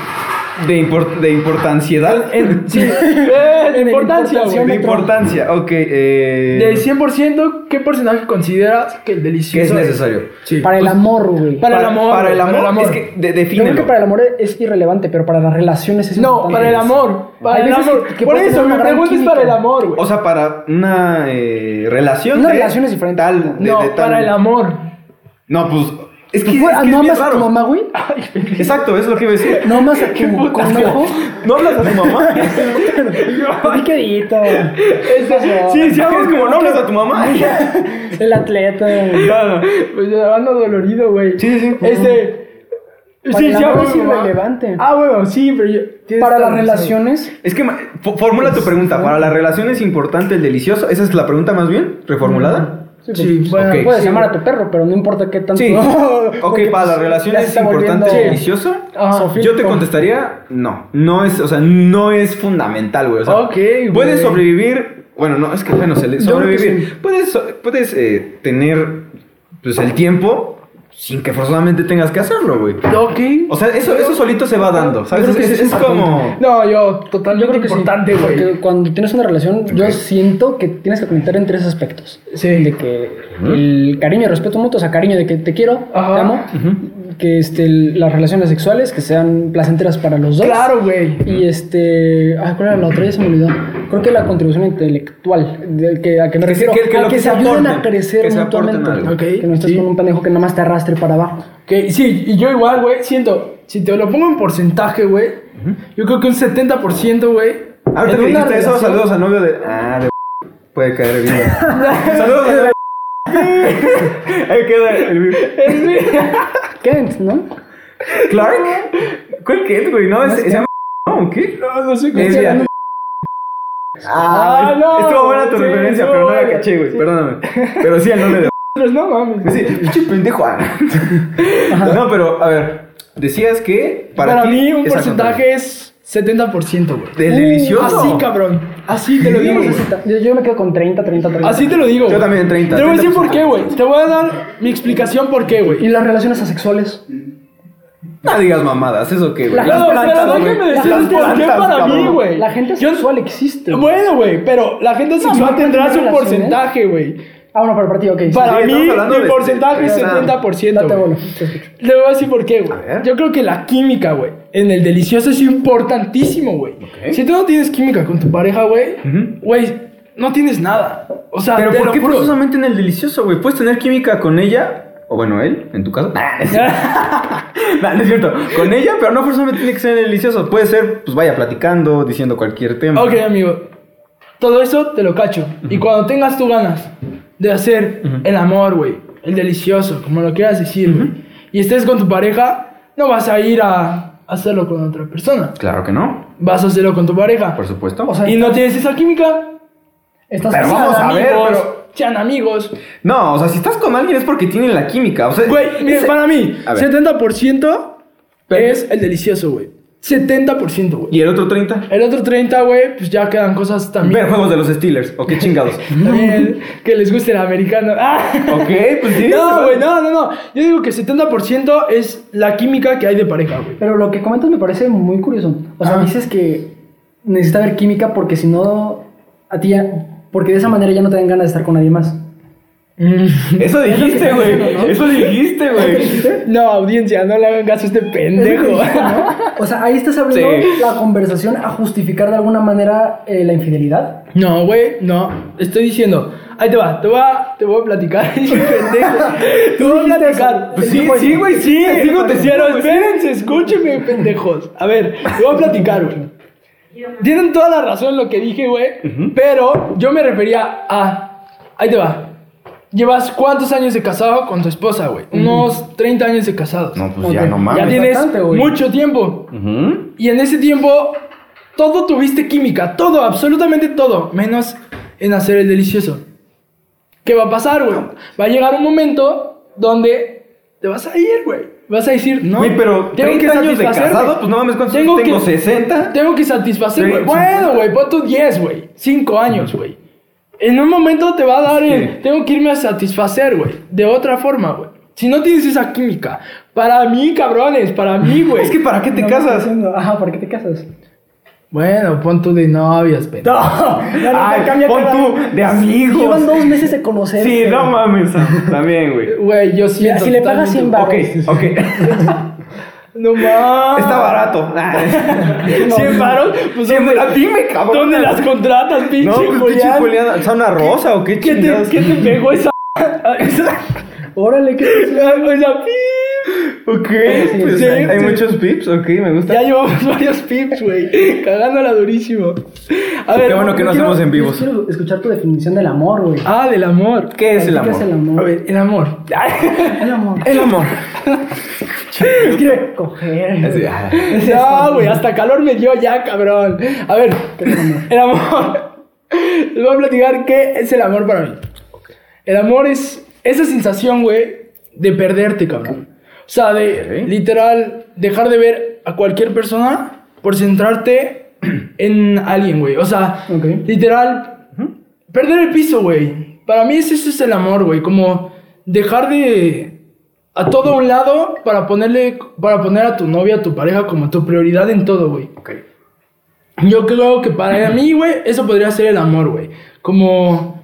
de, import- de importanciedad. En, sí, eh, de En el importancia, güey. de importanciómetro. importancia, ok. eh, Del 100%, ¿qué porcentaje consideras que el que es delicioso necesario. Sí. Para el amor, güey. Para el amor, Para el güey, amor. para el amor. Es que de, Yo creo que defínelo. para el amor es irrelevante, pero para las relaciones es No, importante. para el amor. Hay Para el veces amor. que Por puede eso, tener mi una gran pregunta es para el química. amor, güey. O sea, para una eh, relación. Una de relación es diferente. Tal, de- no, de tal- para el amor. No, pues. Es que, ¿Tú fue- es ah, que es ¿No bien amas a tu raro. mamá, güey? Exacto, es lo que iba a decir. ¿No amas a tu conejo? ¿No hablas a tu mamá? Ay, qué dito. sí, sí, hablas como no hablas a tu mamá. El atleta. güey. Pues ya ando dolorido, güey. Sí, sí, sí. Este. Para el amor es güey, mamá. irrelevante. Ah, bueno, sí, pero yo. tienes Para toda las la razón. relaciones, Es que ma- fo- formula Pues, tu pregunta. ¿Para la relación es importante el delicioso? ¿Esa es la pregunta más bien? ¿Reformulada? Sí, bueno, ok. pues, puedes sí, llamar a tu perro, pero no importa qué tanto. Ok, Porque, para la pues, relación ya se es está importante el volviendo- delicioso. Ajá. Sofía. Yo te contestaría, no. No es, o sea, no es fundamental, güey. O sea, Ok, güey. Puedes sobrevivir. Bueno, no, es que bueno, se le- Yo creo que sobrevivir. Puedes, so- puedes eh, tener pues el tiempo sin que forzosamente tengas que hacerlo, güey. Ok. O sea, eso, eso solito se va dando. ¿Sabes? creo Es, que sí es- es es como. No, yo, totalmente Yo creo que sí, importante, güey. Porque cuando tienes una relación, yo siento que tienes que conectar en tres aspectos. Sí. De que el cariño y respeto mutuo, o sea, cariño de que te quiero, Ajá. te amo. Que este, el- las relaciones sexuales que sean placenteras para los dos. Claro, güey. Y este. Ah, ¿cuál era la otra? Ya se me olvidó. Creo que la contribución intelectual. De que, ¿A que me Que se- refiero? que- que a lo que, que se se ayuden a aporten, crecer que se aporten mutuamente. algo. Ok, Que no estés sí. con un pendejo que nada más te arrastre para abajo. Que sí, y yo igual, güey, siento, si te lo pongo en porcentaje, güey, yo creo que un 70%, güey. Ah, Ahorita en que una dijiste eso, relación- saludos al novio de. Ah, de. Puede caer bien. saludos al novio de. Ahí queda el. Kent, ¿no? Clark. ¿Cuál que es, güey? No, es, se llama. ¿No? ¿o ¿Qué? No, no sé Es cómo. de- Ah, no, Estuvo buena tu sí, referencia, estuvo pero no la buena, caché, güey. sí. Perdóname. Pero sí, el nombre de. No mames. Sí, pinche pendejo. ah. No, pero, a ver. Decías que. Para, ti mí, un es al porcentaje es 70%, güey. contrario. Del delicioso. Uh, Así, cabrón. Así te lo digo, güey. Yo, yo me quedo con 30, 30, Ah, 30. Así te lo digo. Yo güey. también, 30, Te voy a decir 30%. por qué, güey. Te voy a dar mi explicación por qué, Y güey. las relaciones asexuales. No digas mamadas, eso qué, güey. La- Las No, pero plantas, déjame güey. decirles Las por qué plantas, para cabrón. mí, güey. La gente Yo- sexual existe. güey. Bueno, güey, pero la gente sexual no, tendrá no, su no, porcentaje, güey. Ah, bueno, pero para ti, ok. sí. Para Sí, mí, estamos hablando mi de- porcentaje es de- de- 70%. Date güey. bola, te escucho. Le voy a decir por qué, A güey. ver. Yo creo que la química, güey, en el delicioso es importantísimo, güey. Si tú no tienes química con tu pareja, güey, Ujú. güey, no tienes nada. O sea, Pero Ah, te ¿por lo qué juro. forzosamente en el delicioso, güey? ¿Puedes tener química con ella? O bueno, él, en tu caso. Nah, no es cierto. Nah, no es cierto. Con ella, pero no forzosamente tiene que ser en el delicioso. Puede ser, pues vaya platicando, diciendo cualquier tema. Ok, amigo. Todo eso te lo cacho. Y cuando tengas tú ganas de hacer el amor, güey, el delicioso, como lo quieras decir, güey, y estés con tu pareja, no vas a ir a hacerlo con otra persona. Claro que no, Vas a hacerlo con tu pareja. por supuesto. O sea, Y no tienes esa química. Estás Pero casada, vamos a amigo. ver, amigos, pero- Sean amigos. no, o sea, si estás con alguien es porque tienen la química. O sea, Güey, mira, ese- para mí, A ver. 70% Pero- es el delicioso, güey. 70%, güey. ¿Y el otro 30? El otro 30, güey, pues ya quedan cosas también. Ver juegos de los Steelers, o qué chingados. También que les guste el americano. Ah. ok, pues sí. No, güey, no, no, no. Yo digo que 70% es la química que hay de pareja, güey. Pero lo que comentas me parece muy curioso. O sea, Ah. dices que necesita haber química porque si no, a ti ya. Porque de esa manera ya no te dan ganas de estar con nadie más. Eso dijiste, ¿no? güey. Eso dijiste, güey. No, audiencia, no le hagan caso a este pendejo. O sea, ahí estás abriendo Sí. la conversación a justificar de alguna manera eh, la infidelidad. No, güey, no. Estoy diciendo. Ahí te va, te voy a, te voy a platicar. pendejo. Te voy a platicar. Pues sí, sí, güey, sí. Te digo, te Sí, cierro. güey, sí. Espérense, escúchenme, pendejos. A ver, te voy a platicar, güey. Tienen toda la razón en lo que dije, güey. Pero yo me refería a. Ahí te va. ¿Llevas cuántos años de casado con tu esposa, güey? Unos 30 años de casados. Mm. No, pues Ok, ya no ya mames. ya tienes bastante, güey. mucho tiempo. Ujú. Y en ese tiempo, todo tuviste química. Todo, absolutamente todo. Menos en hacer el delicioso. ¿Qué va a pasar, güey? Va a llegar un momento donde te vas a ir, güey. Vas a decir, no. Güey, pero 30 años de satisfacerme. casado, pues no mames, ¿cuántos Tengo tengo? que- ¿60? Tengo que satisfacer, Sí, güey. sí, Bueno, güey, pon tú 10, güey. 5 años, güey. En un momento te va a dar Sí. el. Tengo que irme a satisfacer, güey. De otra forma, güey. Si no tienes esa química. Para mí, cabrones, para mí, güey. Es que ¿para qué te No, casas? diciendo, Ajá, ¿para qué te casas? Bueno, pon tú de novias, pendejo. Ay, pon tú de amigos. Llevan dos meses de conocer. Sí, no mames. También, güey. Güey, yo siento. si le pagas totalmente- 100 Ok, varos. ok. No mames. Está barato. Ah. 100 varos. Pues, Sí, ¿dónde, a ti me cabrón. ¿Dónde las contratas, pinche No, pues pinche Julián? Julián. ¿Son una rosa o qué ¿Qué te, chingados? ¿Qué te pegó esa? esa Órale, ¿qué esa pip? Ok, Sí, pues, sí, hay sí. muchos pips, ok, me gusta. Ya llevamos varios pips, güey. Cagándola durísimo. A ver. Qué bueno que no quiero- hacemos en Yo vivos. Quiero escuchar tu definición del amor, güey. Ah, del amor. ¿Qué es el ¿Qué amor? es el amor? A ver, el amor. El amor. El amor. Es que coger. Así, ah. No, güey, hasta calor me dio ya, cabrón. A ver, el amor. Les voy a platicar qué es el amor para mí. El amor es esa sensación, güey, de perderte, cabrón. O sea, de Ok. literal dejar de ver a cualquier persona por centrarte en alguien, güey. O sea, Ok. literal, perder el piso, güey. Para mí es- eso es el amor, güey. Como dejar de a todo un lado para ponerle para poner a tu novia, a tu pareja como tu prioridad en todo, güey. Ok. Yo creo que para mí, güey, eso podría ser el amor, güey. Como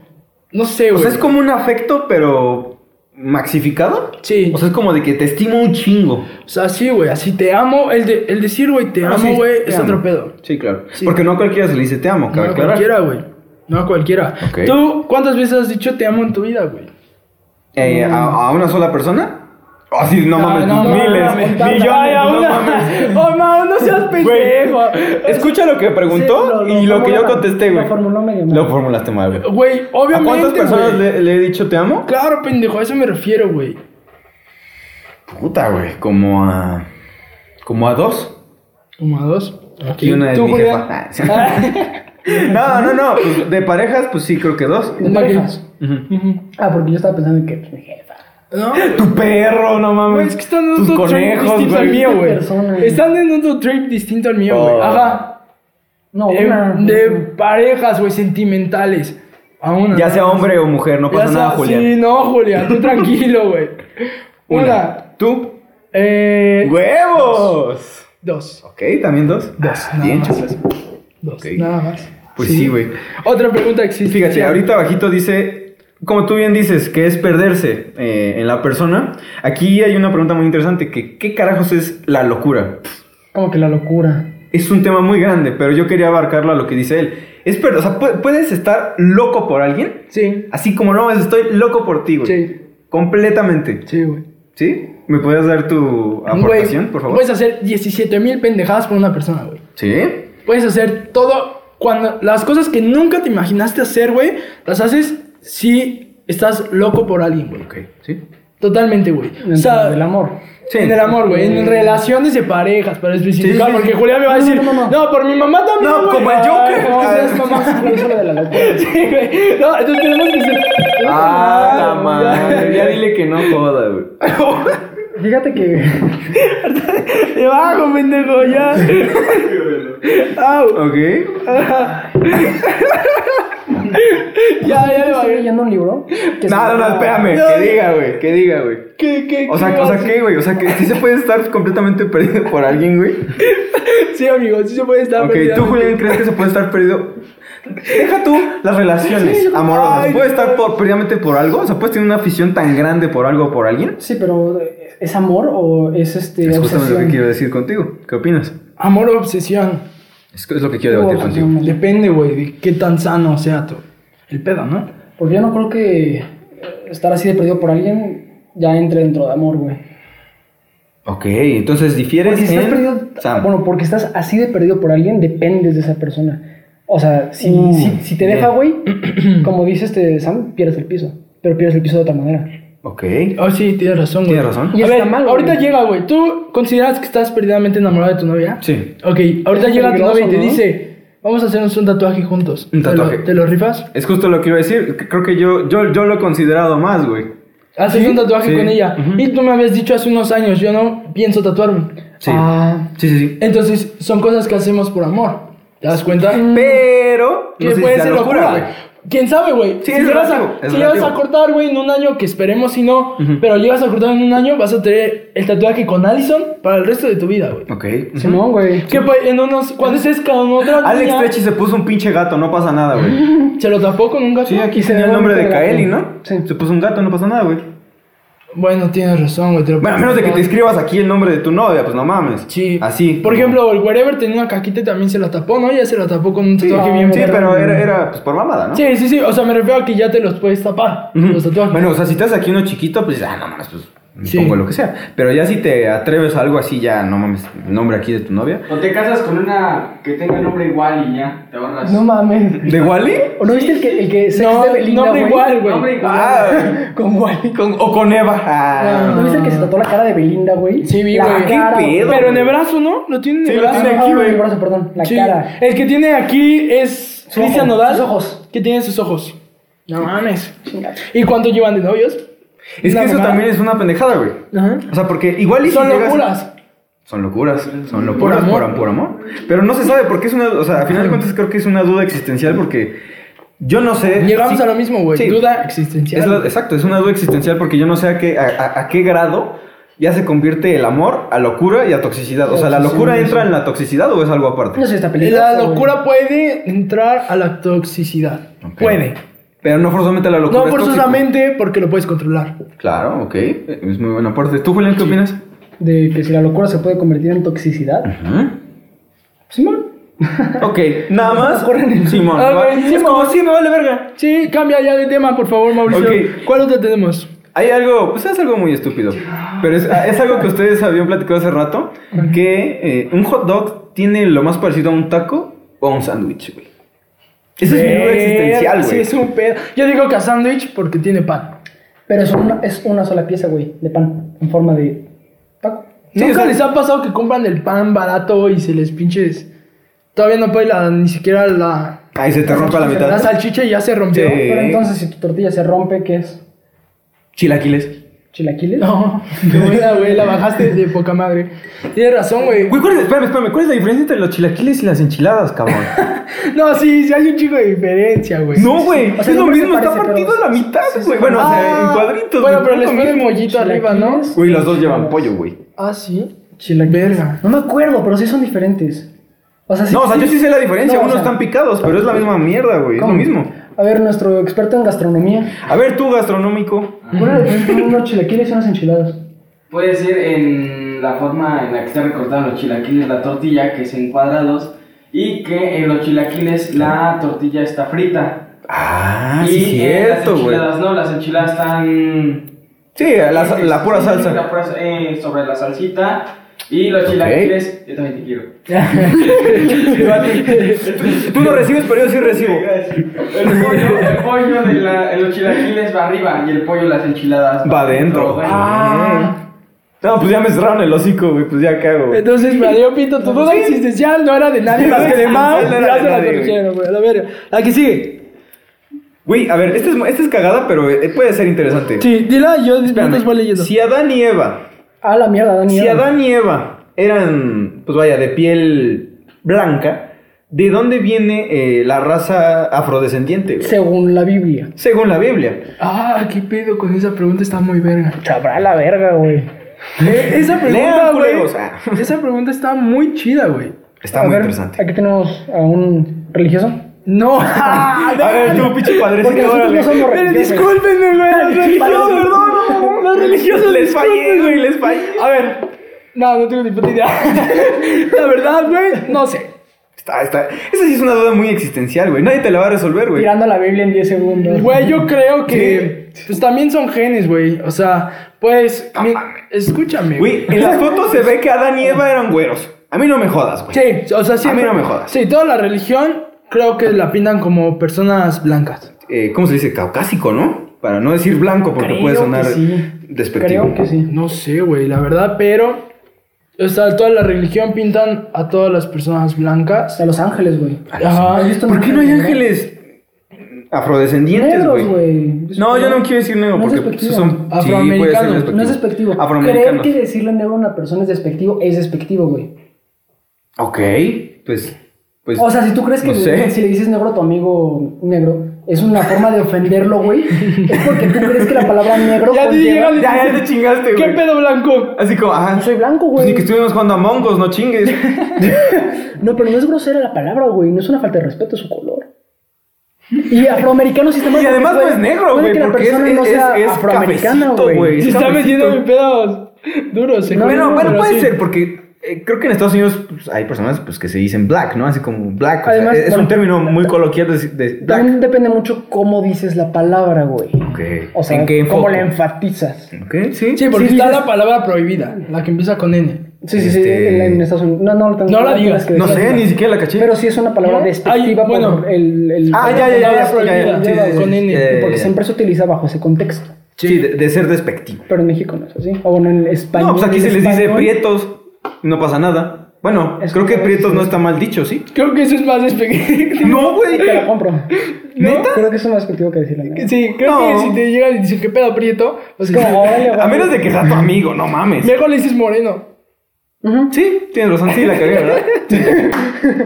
no sé, O güey. sea, es como un afecto, pero maxificado. Sí. O sea, es como de que te estimo un chingo. O sea, sí, güey, así te amo, el de el decir, güey, te Ah, amo, sí, güey, te es amo. otro pedo. Sí, claro. Sí. Porque no a cualquiera se le dice te amo, No cabe a aclarar. cualquiera, güey. No a cualquiera. Ok. ¿Tú cuántas veces has dicho te amo en tu vida, güey? Eh, ¿a, a una sola persona? Así, no mames, Mm. Ah, no, no, miles, no, no, millones, ay, a no una- mames. Oh, man, no seas pendejo. Güey, escucha lo que preguntó Sí, lo- lo y lo que yo formuló- contesté, lo güey. formuló medio mal. Lo formulaste mal, güey. Güey, ¿A obviamente. cuántas personas güey. le, le he dicho te amo? Claro, pendejo, a eso me refiero, güey. Puta, güey, como a... Como a dos. Como a dos. Y una de ¿Tú, mi Julián? Ah, jefa. No, no, no. pues, de parejas, pues sí, creo que dos. ¿De parejas? Ujú. Ujú. Ah, porque yo estaba pensando en que mi jefa. No, Tu perro, no mames. güey, es que están en Tus otro trip conejos, distinto al güey. mío, güey. Persona. Están en otro trip distinto al mío, güey. Oh. Ajá. No, Eh, una. de parejas, güey, sentimentales. A una. Ya sea hombre o mujer, no pasa Ya sea- nada, Julián. Sí, no, Julián, tú tranquilo, güey. Una. ¿Tú? Eh, ¡Huevos! Dos. Ok, también dos. Dos. Nada Ah, Bien, más. chicos. Dos. Ok. Nada más. Pues sí, güey. Otra pregunta existe. Fíjate, ahorita abajito dice, como tú bien dices, que es perderse eh, en la persona. Aquí hay una pregunta muy interesante, que ¿qué carajos es la locura? Como que la locura. es un tema muy grande, pero yo quería abarcarlo a lo que dice él. Es verdad, o sea, pu- puedes estar loco por alguien, Sí, así como no, estoy loco por ti, güey. Sí. Completamente. sí, güey. ¿Sí? ¿Me podrías dar tu aportación, Güey, por favor? Puedes hacer 17 mil pendejadas por una persona, güey. Sí. Puedes hacer todo. Cuando las cosas que nunca te imaginaste hacer, güey, las haces si estás loco por alguien, güey. Ok, sí. Totalmente, güey. O sea, del amor. Sí. en el amor, güey. En relaciones de parejas, para especificar. Sí, sí, sí. porque Julián me va a No, decir, no, no, no, no. por mi mamá también. No, güey". como el Ay, Joker. Ah, no, No, seas es mamá. mamá, es lo de la locura. Sí, güey. No, entonces tenemos que ser. Ah, la madre. Ya Ya dile que no joda, güey. Fíjate que Te bajo, pendejo, ya. Ah, Au. Ok. Ya, ya le estoy bajé. leyendo un libro. que se No, no, no, llama- espérame. No, que no. diga, güey. Que diga, güey. ¿Qué, qué, O sea, qué o sea, vas? ¿qué, güey? O sea, que sí se puede estar completamente perdido por alguien, güey. Sí, amigo, sí se puede estar. Ok, perdida. ¿tú, Julián, crees que se puede estar perdido? Deja tú las Sí, relaciones yo- amorosas. ay, ¿Puedes no. estar por- perdidamente por algo? O sea, ¿puedes tener una afición tan grande por algo o por alguien? Sí, pero eh, ¿es amor o es este Es justamente lo que obsesión? quiero decir contigo. ¿Qué opinas? Amor o obsesión. Es, es lo que quiero debatir Oh, contigo. no. Depende, güey, de qué tan sano sea tú. El pedo, ¿no? Porque yo no creo que eh, estar así de perdido por alguien ya entre dentro de amor, güey. Ok, entonces difieres Porque si estás en perdido, Sam. bueno, porque estás así de perdido por alguien, dependes de esa persona. O sea, si, Mm. Uh, si, si te bien. deja, güey, como dice este Sam, pierdes el piso. Pero pierdes el piso de otra manera. Ok. Oh, sí, tienes razón, güey. Tienes razón. Y a está ver, mal, güey. ahorita llega, güey. ¿Tú consideras que estás perdidamente enamorado de tu novia? Sí. Ok, ahorita Es llega tu novia y te peligroso, ¿no? dice, vamos a hacernos un tatuaje juntos. Un ¿Te lo- tatuaje. ¿Te lo, rifas? Es justo lo que iba a decir. Creo que yo, yo, yo lo he considerado más, güey. Haces Sí, un tatuaje sí. con ella. Ujú. Y tú me habías dicho hace unos años, yo no pienso tatuarme. Sí. Ah, Sí, sí, sí. Entonces, son cosas que hacemos por amor. ¿Te das cuenta? Pero. Mm. Que no sé si puede sea ser locura, güey. ¿Quién sabe, güey? si Sí, es llegas, relativo, a, es si llegas relativo. a cortar, güey, en un año, que esperemos si no, Ujú. pero llegas a cortar en un año, vas a tener el tatuaje con Allison para el resto de tu vida, güey. Ok. Simón, güey. Que pues, en unos, cuando estés con otra Alex niña, Trechi se puso un pinche gato, no pasa nada, güey. se lo tapó con un gato. Sí, aquí Y se tenía ve el nombre de bonito el Kaeli, gato. ¿no? Sí. Se puso un gato, no pasa nada, güey. Bueno, tienes razón, güey. te lo Bueno, a puedo menos de que te comprar. escribas aquí el nombre de tu novia, pues no mames. Sí. Así. Por ejemplo, el Wherever tenía una caquita y también se la tapó, ¿no? Ya se la tapó con un Sí, ah, tatuaje bien sí, perro, pero ¿no? era, era pues, por mamada, ¿no? Sí, sí, sí. O sea, me refiero a que ya te los puedes tapar. Ujú. Los tatuajes. Bueno, o sea, si te haces aquí uno chiquito, pues ah, no mames, pues me Sí. pongo lo que sea. Pero ya si te atreves a algo así, ya no mames, nombre aquí de tu novia. O te casas con una que tenga nombre igual y ya, te ahorras. No mames. ¿De Wally? ¿O no viste el que, el que sex no, de Belinda, nombre güey? igual, güey. Nombre igual. Ah, Con Wally. con- o con Eva. Ah. ¿No viste el que se tatuó la cara de Belinda, güey? Sí, vi, La güey. ¿Qué cara, pedo? Pero en el brazo, ¿no? Lo tiene en Sí, el lo brazo. tiene Ah, aquí, no, no, güey. el brazo, perdón, la Sí. cara. El que tiene aquí es Su Cristian ojo, Nodal. sus ojos. Que tiene sus ojos. No mames. ¿Y cuánto llevan de novios? Es que eso mamada. también es una pendejada, güey. Ajá. O sea, porque igual y si Son llegas- locuras. Son locuras, son locuras Por por, amor. am- por amor. Pero no se sabe porque es una, o sea, a final de cuentas creo que es una duda existencial porque yo no sé. Llegamos sí, a lo mismo, güey. sí. Duda existencial. Es la- exacto, es una duda existencial porque yo no sé a qué, a, a- a qué grado ya se convierte el amor a locura y a toxicidad. O sea, ¿la locura entra en la toxicidad o es algo aparte? No sé, está peligroso. La güey. locura puede entrar a la toxicidad. Ok. Puede. Pero no forzosamente la locura. No es tóxico. forzosamente porque lo puedes controlar. Claro, ok. Eh, Es muy buena parte. ¿Tú, Julián, qué opinas? De que si la locura se puede convertir en toxicidad. Ajá. Simón. Ok, nada más. Corren el- Simón. Ah, va- güey, es Simón. como, sí, me vale verga. Sí, cambia ya de tema, por favor, Mauricio. Ok. ¿Cuál otra tenemos? Hay algo, pues es algo muy estúpido, pero es, ah, es algo que ustedes habían platicado hace rato, que eh, un hot dog tiene lo más parecido a un taco o a un sándwich, güey. Eso es mi duda Ver- existencial, Sí, güey. es un pedo. Yo digo que a sándwich porque tiene pan. Pero es una, es una sola pieza, güey, de pan. En forma de taco. Sí, ¿Nunca o sea- les ha pasado que compran el pan barato y se les pinches? Todavía no puede la- ni siquiera la, Ay, se te rompe a la la mitad. salchicha y ya se rompió. Sí. Pero entonces, si tu tortilla se rompe, ¿qué es? Chilaquiles. ¿Chilaquiles? No, qué buena, güey, la bajaste de poca madre. Tienes razón, güey. Güey, ¿cuál es, espérame, espérame, ¿cuál es la diferencia entre los chilaquiles y las enchiladas, cabrón? No, sí, sí hay un chico de diferencia, güey. no, güey, o sea, es no lo parece- mismo, está parece, pero- partido a la mitad, sí, sí, güey. sí. bueno, o sea, Ah, en cuadritos. Bueno, güey, pero no les ponen comí- mollito arriba, ¿no? Chilaquiles. Güey, los dos llevan pollo, güey. Ah, sí. Chilaquiles. Verga. No me acuerdo, pero sí son diferentes. O sea, sí- No, o sea, yo sí sé la diferencia, No, o unos sea, están picados, pero es la misma mierda, güey, es lo ¿cómo? mismo. A ver, nuestro experto en gastronomía. A ver, tú, gastronómico. ¿Cuál es la diferencia entre unos chilaquiles y unas enchiladas? Puede ser en la forma en la que están recortados los chilaquiles, la tortilla, que es en cuadrados, y que en los chilaquiles la tortilla está frita. Ah, y sí, en cierto, las güey. enchiladas no, las enchiladas están... Sí, la, sa- la pura Sí, salsa. la pura sa- eh, sobre la salsita. Y los chilaquiles, yo también te quiero. Tú no recibes, pero yo sí recibo. El pollo, el pollo de la- los chilaquiles va arriba y el pollo de las enchiladas Va adentro. güey. Ah. No, pues ya me cerraron el hocico, güey. Pues ya cago. Entonces, Mario Pinto, tu duda existencial no era de nadie más que de Mao. No era de Ya se la nadie, güey. conocieron, güey. A ver, la que sigue. Güey, a ver, esta es, esta es cagada, pero eh, puede ser interesante. Sí, dila, yo Espérame. mientras voy leyendo. Si Adán y Eva, Ah, la mierda, Dani. si Adán y Eva eran, pues vaya, de piel blanca, ¿de dónde viene eh, la raza afrodescendiente? güey? Según la Biblia. Según la Biblia. Ah, qué pedo con esa pregunta, está muy verga. Sabrá la verga, güey. Eh, esa pregunta, Lean, güey. culeros, ah. Esa pregunta está muy chida, güey. Está A muy ver, interesante. Aquí tenemos a un religioso. No. A A ver, tú, pinche padre, Porque nosotros no somos Pero religiosos. discúlpenme, güey. Los religiosos, Perdón, perdón. Los religiosos, Les fallé, discúlpenme. güey, les fallé. A ver. No, no tengo ni puta idea. La verdad, güey, no sé. Está, está. Esa sí es una duda muy existencial, güey. Nadie te la va a resolver, güey. Tirando la Biblia en 10 segundos. Güey, yo creo que. Pues también son genes, güey. O sea, pues. mi- escúchame. Güey, en las fotos se ve que Adán y Eva eran güeros. A mí no me jodas, güey. Sí, o sea, sí. A mí no me jodas. Sí, toda la religión creo que la pintan como personas blancas. Eh, ¿Cómo se dice? Caucásico, ¿no? Para no decir blanco, porque Creo puede que sonar sí. despectivo. Creo que sí. No sé, güey, la verdad, pero. O sea, toda la religión pintan a todas las personas blancas. A Los Ángeles, güey. Ajá. ¿Has visto Ah, ¿Por qué no hay negros? ángeles afrodescendientes, güey? Negros, güey. No, yo no quiero decir negro No es porque despectivo. esos son sí, Afroamericanos. puede ser No No es despectivo. Creer Afroamericanos. que decirle negro a una persona es despectivo es despectivo, güey. Ok, pues, pues. O sea, si tú crees que No sé. si le dices negro a tu amigo negro, es una forma de ofenderlo, güey. Es porque tú crees que la palabra negro. Ya te conlleva- llegan- ya, ya te chingaste, ¿Qué güey. pedo blanco? Así como, ajá. Soy blanco, güey. Pues ni que estuvimos jugando a Mongos, no chingues. No, pero no es grosera la palabra, güey. No es una falta de respeto su color. Y afroamericano sí está mal. y además no porque es puede- negro, puede güey, que la porque es, persona es, no sea es- es afroamericana, cafecito, güey. Se está cafecito. metiendo en pedos duros. eh, bueno, cabrón, bueno, pero puede sí. ser, porque eh, creo que en Estados Unidos pues, hay personas pues, que se dicen black, ¿no? Así como black. o sea, Además, es bueno, un término muy coloquial de, de black. También depende mucho cómo dices la palabra, güey. Ok. O sea, ¿En qué cómo enfoque? la enfatizas. Ok, sí. Sí, porque Sí, está dices- la palabra prohibida, la que empieza con N. Sí, sí, sí. Este- En, en Estados Unidos. No, no, no, No la tienes digas. que no decir. sé, ni siquiera la caché. Pero sí es una palabra ¿No? despectiva Ay, bueno. por el, el- ah, ya, ya, ya, ya, ya, ya, ya, Sí, ya, ya, con ya, N, ya, ya, Porque ya. siempre se utiliza bajo ese contexto. Eh, Sí, de, de ser despectivo. Pero en México no es así. O bueno, en España. No, pues aquí se les dice prietos, no pasa nada. Bueno, Es creo que que- prietos no está mal dicho, ¿sí? Creo que eso es más despectivo. No, güey. Te la compro. ¿Neta? Creo que eso es más despectivo que decir la neta. Sí, creo que No. si te llegan y dicen que pedo prieto, o sea, Como, órale, A güey. menos de que sea tu amigo, no mames. mejor le dices moreno. Ujú. Sí, tienes razón, sí, la cagué, ¿verdad? Sí,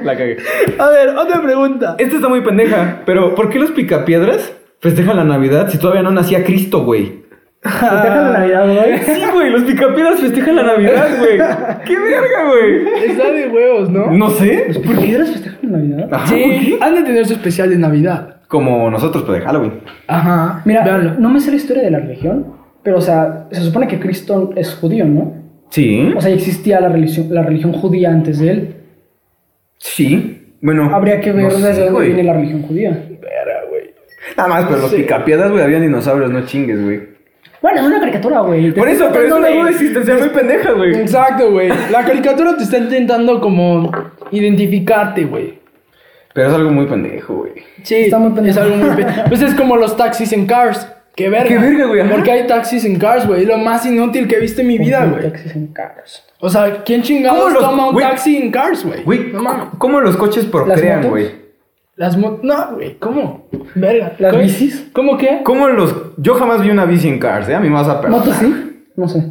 la cagué. A ver, otra pregunta. Esta está muy pendeja, pero ¿por qué los picapiedras festejan la Navidad si todavía no nacía Cristo, güey? Festeja la Navidad, güey. Sí, güey, los picapiedras festejan la Navidad, güey. ¡Qué verga, güey! Está de huevos, ¿no? No sé. ¿Por qué eres festejar la Navidad? Ajá, ¿por Sí, qué? han de tener su especial de Navidad. Como nosotros, pero de Halloween. Ajá. Mira, Ah, véanlo. no me sé la historia de la religión, pero o sea, se supone que Cristo es judío, ¿no? Sí. O sea, existía la religión, la religión judía antes de él. Sí. Bueno. Habría que ver no sé, desde dónde güey. viene la religión judía. Nada más, pero los picapiedras, güey, habían dinosaurios, no chingues, güey. Bueno, es una caricatura, güey. Por eso, pero es no una duda existencial muy pendeja, güey. Exacto, güey. La caricatura te está intentando como identificarte, güey. Pero es algo muy pendejo, güey. Sí, Está muy pendejo. es algo muy pe- Pues es como los taxis en Cars. Qué verga. Qué verga, güey, ajá. Porque hay taxis en Cars, güey. Es lo más inútil que he visto en mi vida, güey. Taxis en cars. O sea, ¿quién chingados ¿Cómo los- toma un güey? taxi en Cars, güey? Güey, no mames. ¿cómo los coches procrean, motos? güey? Las mo- No, güey, ¿cómo? Verga. ¿Las ¿Cómo- bicis? ¿Cómo qué? ¿Cómo los.? Yo jamás vi una bici en cars, ¿eh? A mí me vas a perder. ¿Motos sí? No sé.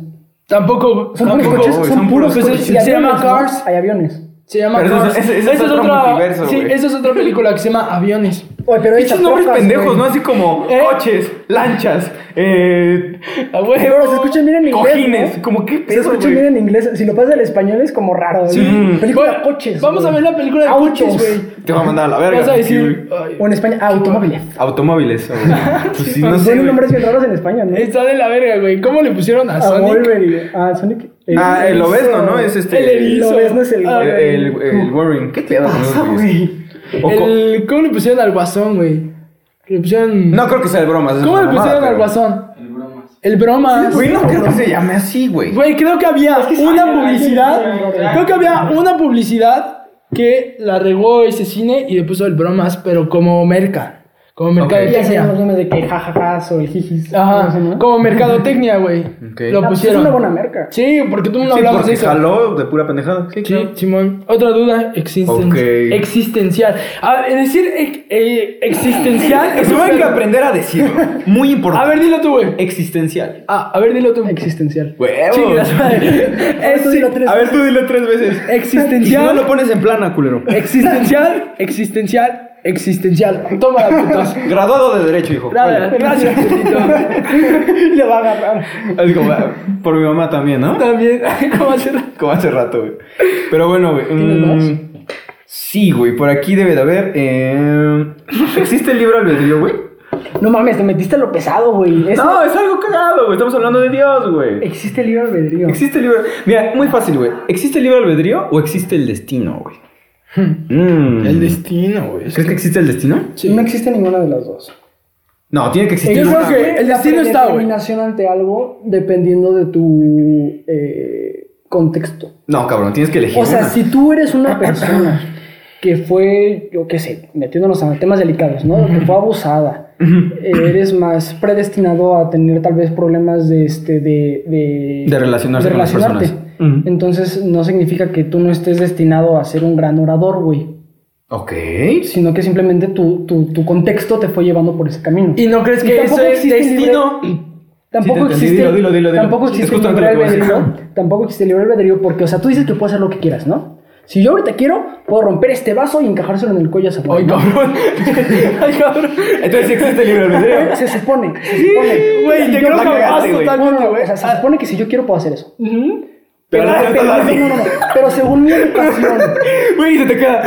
Tampoco. Son puros tampoco. coches, güey, son son puros puros coches. coches. Y Se llama aviones, ¿no? Cars. Hay aviones. Se llama Pero eso es- Cars. ese- ese Esa es otro multiverso, Sí, güey. esa es otra película que se llama Aviones. Oye, pero Pinches esas nombres trocas, pendejos, güey. ¿no? Así como ¿Eh? coches, lanchas, eh. Ah, güey. Pero se escucha bien en inglés. Cojines, ¿no? como qué Se pedo, escucha güey? bien en inglés. Si lo pasas al español es como raro. güey. Sí. Película Bueno, coches. Vamos güey. a ver la película de Autos. coches, güey. Te va a mandar a la verga. Vas a sí, decir. güey. ay, O en España, automóviles. Automóviles. güey. Pues sí, no sé. Son güey. nombres bien raros en España, ¿no? Está de la verga, Ah, güey. ¿Cómo le pusieron a, A Sonic? Wolverine. A Sonic. Ah, el obesno, ¿no? Es este. El erizo. Lo ves, no es el- Ah, El, el, el Warren. ¿Qué pedo con pasa, esos güeyes? güey? O co- el- ¿Cómo le pusieron al guasón, güey? Le pusieron. No creo que sea el bromas. es ¿Cómo le una pusieron mamada, al pero- guasón? El bromas. El broma. Güey, no creo que se llame así, güey. Güey, creo que había una publicidad. sí, sí, sí. Creo que había una publicidad que la regó ese cine y le puso el bromas, pero como merca. Como Ya se llama mercadotecnia. el de que jajajas o el jijis. ¿cómo se Ajá, llama? como mercadotecnia, güey. Ok. Ah, Lo Ah, pues Es pusieron. una buena merca. Sí, porque tú no Sí, hablabas de porque eso. jaló de pura pendejada. Sí, Simón. Otra duda existen- Ok. existencial. Ah, es decir, ex- eh, existencial. es un- Tuve que aprender a decirlo. Muy A importante. ver, dilo tú, güey. Existencial. Ah, a ver, dilo tú. Existencial. Huevo. Chingas madre. Eso dilo tres A ver, tú dilo tres veces. Y si no lo Existencial. pones en plana, culero. Existencial. Existencial. Existencial. Toma la putas. Graduado de Derecho, hijo. Nada, Gracias, Pepito. Le va a agarrar. Así como, ah, por mi mamá también, ¿no? También. ¿Cómo hacer? Como hace rato, güey. Pero bueno, güey. ¿Tienes mm, sí, güey, por aquí debe de haber. eh, ¿Existe el libro albedrío, güey? No mames, te metiste a lo pesado, güey. Eso- No, es algo cagado, güey. Estamos hablando de Dios, güey. Existe el libre albedrío. Existe el libro. Mira, muy fácil, güey. ¿Existe el libro albedrío o existe el destino, güey? Mm. destino, güey. ¿Crees que existe el destino? No existe ninguna de las dos. No, tiene que existir. Yo una, creo que güey. el destino está, güey. determinación ante algo dependiendo de tu eh, contexto. No, cabrón, tienes que elegir. O sea, una. si tú eres una persona que fue, yo qué sé, metiéndonos a temas delicados, ¿no? Que fue abusada, eh, eres más predestinado a tener tal vez problemas de este de de, De relacionarse con las personas. Ujú. Entonces no significa que tú no estés destinado a ser un gran orador, güey, Ok. sino que simplemente tu, tu, tu contexto te fue llevando por ese camino. ¿Y no crees que tampoco ese existe el destino? Sí, Tampoco te entendí. existe, Dilo, dilo, dilo, dilo. tampoco Es existe el justamente libre lo que voy a albedrío, tampoco existe el libre albedrío porque, o sea, tú dices que puedes hacer lo que quieras, ¿no? Si yo ahorita quiero, puedo romper este vaso y encajárselo en el cuello a esa Ay, persona. cabrón. Ay, cabrón. Entonces sí existe el libro albedrío. Se supone, se supone. Güey, Si te yo- creo la que cagaste, vas güey. totalmente, No, no, güey. o sea, se supone que si yo quiero puedo hacer eso. Ujú. Pero Pero, no estás así. no, no, no. Pero según mi educación, Güey, se te queda.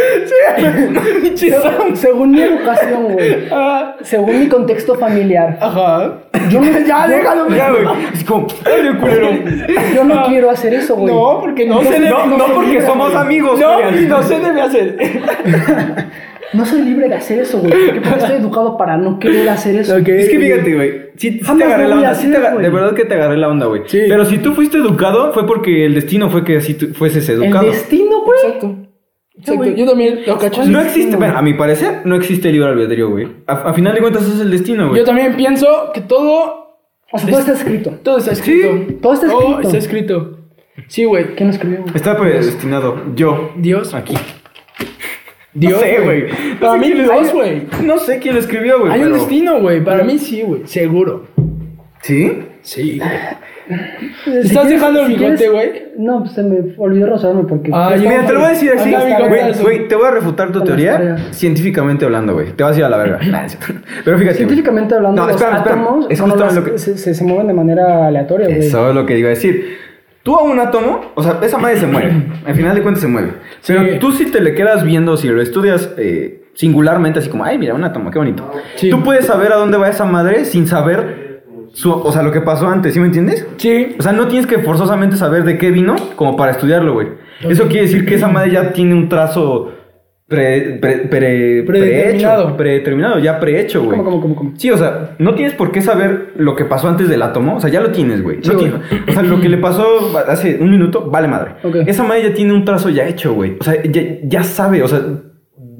Sí. se- según mi educación, güey, Ah, según mi contexto familiar, Ajá. yo no, Ya, yo- déjalo, Ya, güey. Es como, ay, de culero. yo no quiero hacer eso, güey. Ah. No, porque no se debe. No, no porque somos amigos, No, güey. y no se debe hacer. No soy libre de hacer eso, güey, porque, porque estoy educado para no querer hacer eso. Ok. Es que fíjate, güey. Sí, sí te Jamás agarré lo la voy a onda. sí te hacer, aga- güey. de verdad que te agarré la onda, güey. Sí. Pero si tú fuiste educado, fue porque el destino fue que así tú fueses El educado. destino, güey. Exacto. Exacto. Yo también lo cacho. No existe, bueno, a mi parecer, no existe el libre albedrío, güey. A, a final de cuentas, eso es el destino, güey. Yo también pienso que todo. O sea, todo está escrito. Todo está escrito. Todo está escrito. está escrito. Sí, güey. ¿Quién lo escribió? güey? Está predestinado. Yo. Dios. Aquí. Dios. no sé, güey. Para mí, Dios, Dios, güey. No sé quién lo escribió, güey. Hay un pero- destino, güey. Para mí, sí, güey. Seguro. ¿Sí? Sí. Si ¿Estás quieres- dejando el si bigote, quieres- güey? No, pues se me olvidó rozarme porque. Ah, yo- Mira, te lo voy a decir así. este, Anda, amigo, Güey, abrazo. güey, te voy a refutar tu Con las teoría tareas. científicamente hablando, güey. Te vas a ir a la verga. Nah, es cierto. Pero fíjate. güey. Científicamente hablando, No, espérame, los espérame. átomos Es bueno, justo las- lo que. se, se- se mueven de manera aleatoria, güey. Eso es lo que iba a decir. Tú a un átomo, o sea, esa madre se mueve. Al final de cuentas se mueve. Pero Sí. tú si te le quedas viendo, si lo estudias eh, singularmente, así como, ay, mira, un átomo, qué bonito. Ah, Sí. Tú puedes saber a dónde va esa madre sin saber, su, o sea, lo que pasó antes, ¿sí me entiendes? Sí. O sea, no tienes que forzosamente saber de qué vino como para estudiarlo, güey. Eso quiere decir que esa madre ya tiene un trazo pre- pre- pre- Predeterminado. prehecho, predeterminado, ya prehecho, güey. ¿Cómo, cómo, cómo, cómo? Sí, o sea, no tienes por qué saber lo que pasó antes del átomo. O sea, ya lo tienes, güey. Sí, No güey. tienes- o sea, lo que le pasó hace un minuto, vale madre. Ok. Esa madre ya tiene un trazo ya hecho, güey. O sea, ya, ya sabe, o sea,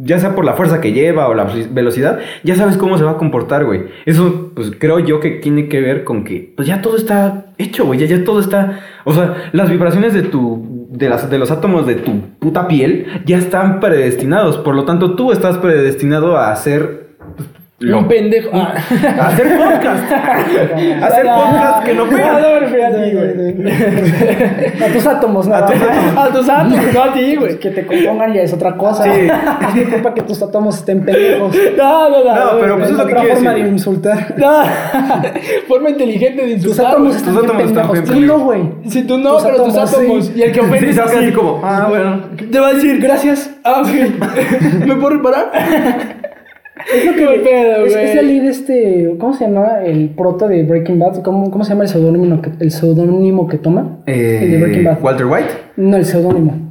ya sea por la fuerza que lleva o la velocidad, ya sabes cómo se va a comportar, güey. Eso, pues creo yo que tiene que ver con que, pues ya todo está hecho, güey. Ya, ya todo está. O sea, las vibraciones de tu. De, las, de los átomos de tu puta piel ya están predestinados. Por lo tanto, tú estás predestinado a hacer. Un pendejo. Ah. Hacer podcast. Hacer podcast que no Ah, pueda. no me refería a ti, güey. A tus átomos, nada. más. A tus átomos, no a ti, güey. Que te compongan ya es otra cosa. Sí. Es mi culpa que tus átomos estén pendejos. No, no, no. No, pero pues güey. es lo que otra quiero forma decir. de insultar. No. Forma inteligente de Tus insultar. átomos güey. Tus están bien átomos están pendejos. bien Tú no, güey. Si tú no, Tus pero tus átomos, átomos. sí. Y el que ofende Sí, es se hace así. así como, ah, bueno. Te va a decir, gracias. Ah, ok. ¿Me puedo reparar? Es lo Qué que pedo, es, güey. es el de este, ¿cómo se llama? El prota de Breaking Bad, ¿cómo, cómo se llama el seudónimo que, el seudónimo que toma? el de Breaking Eh, Bad. Walter White. No, el seudónimo.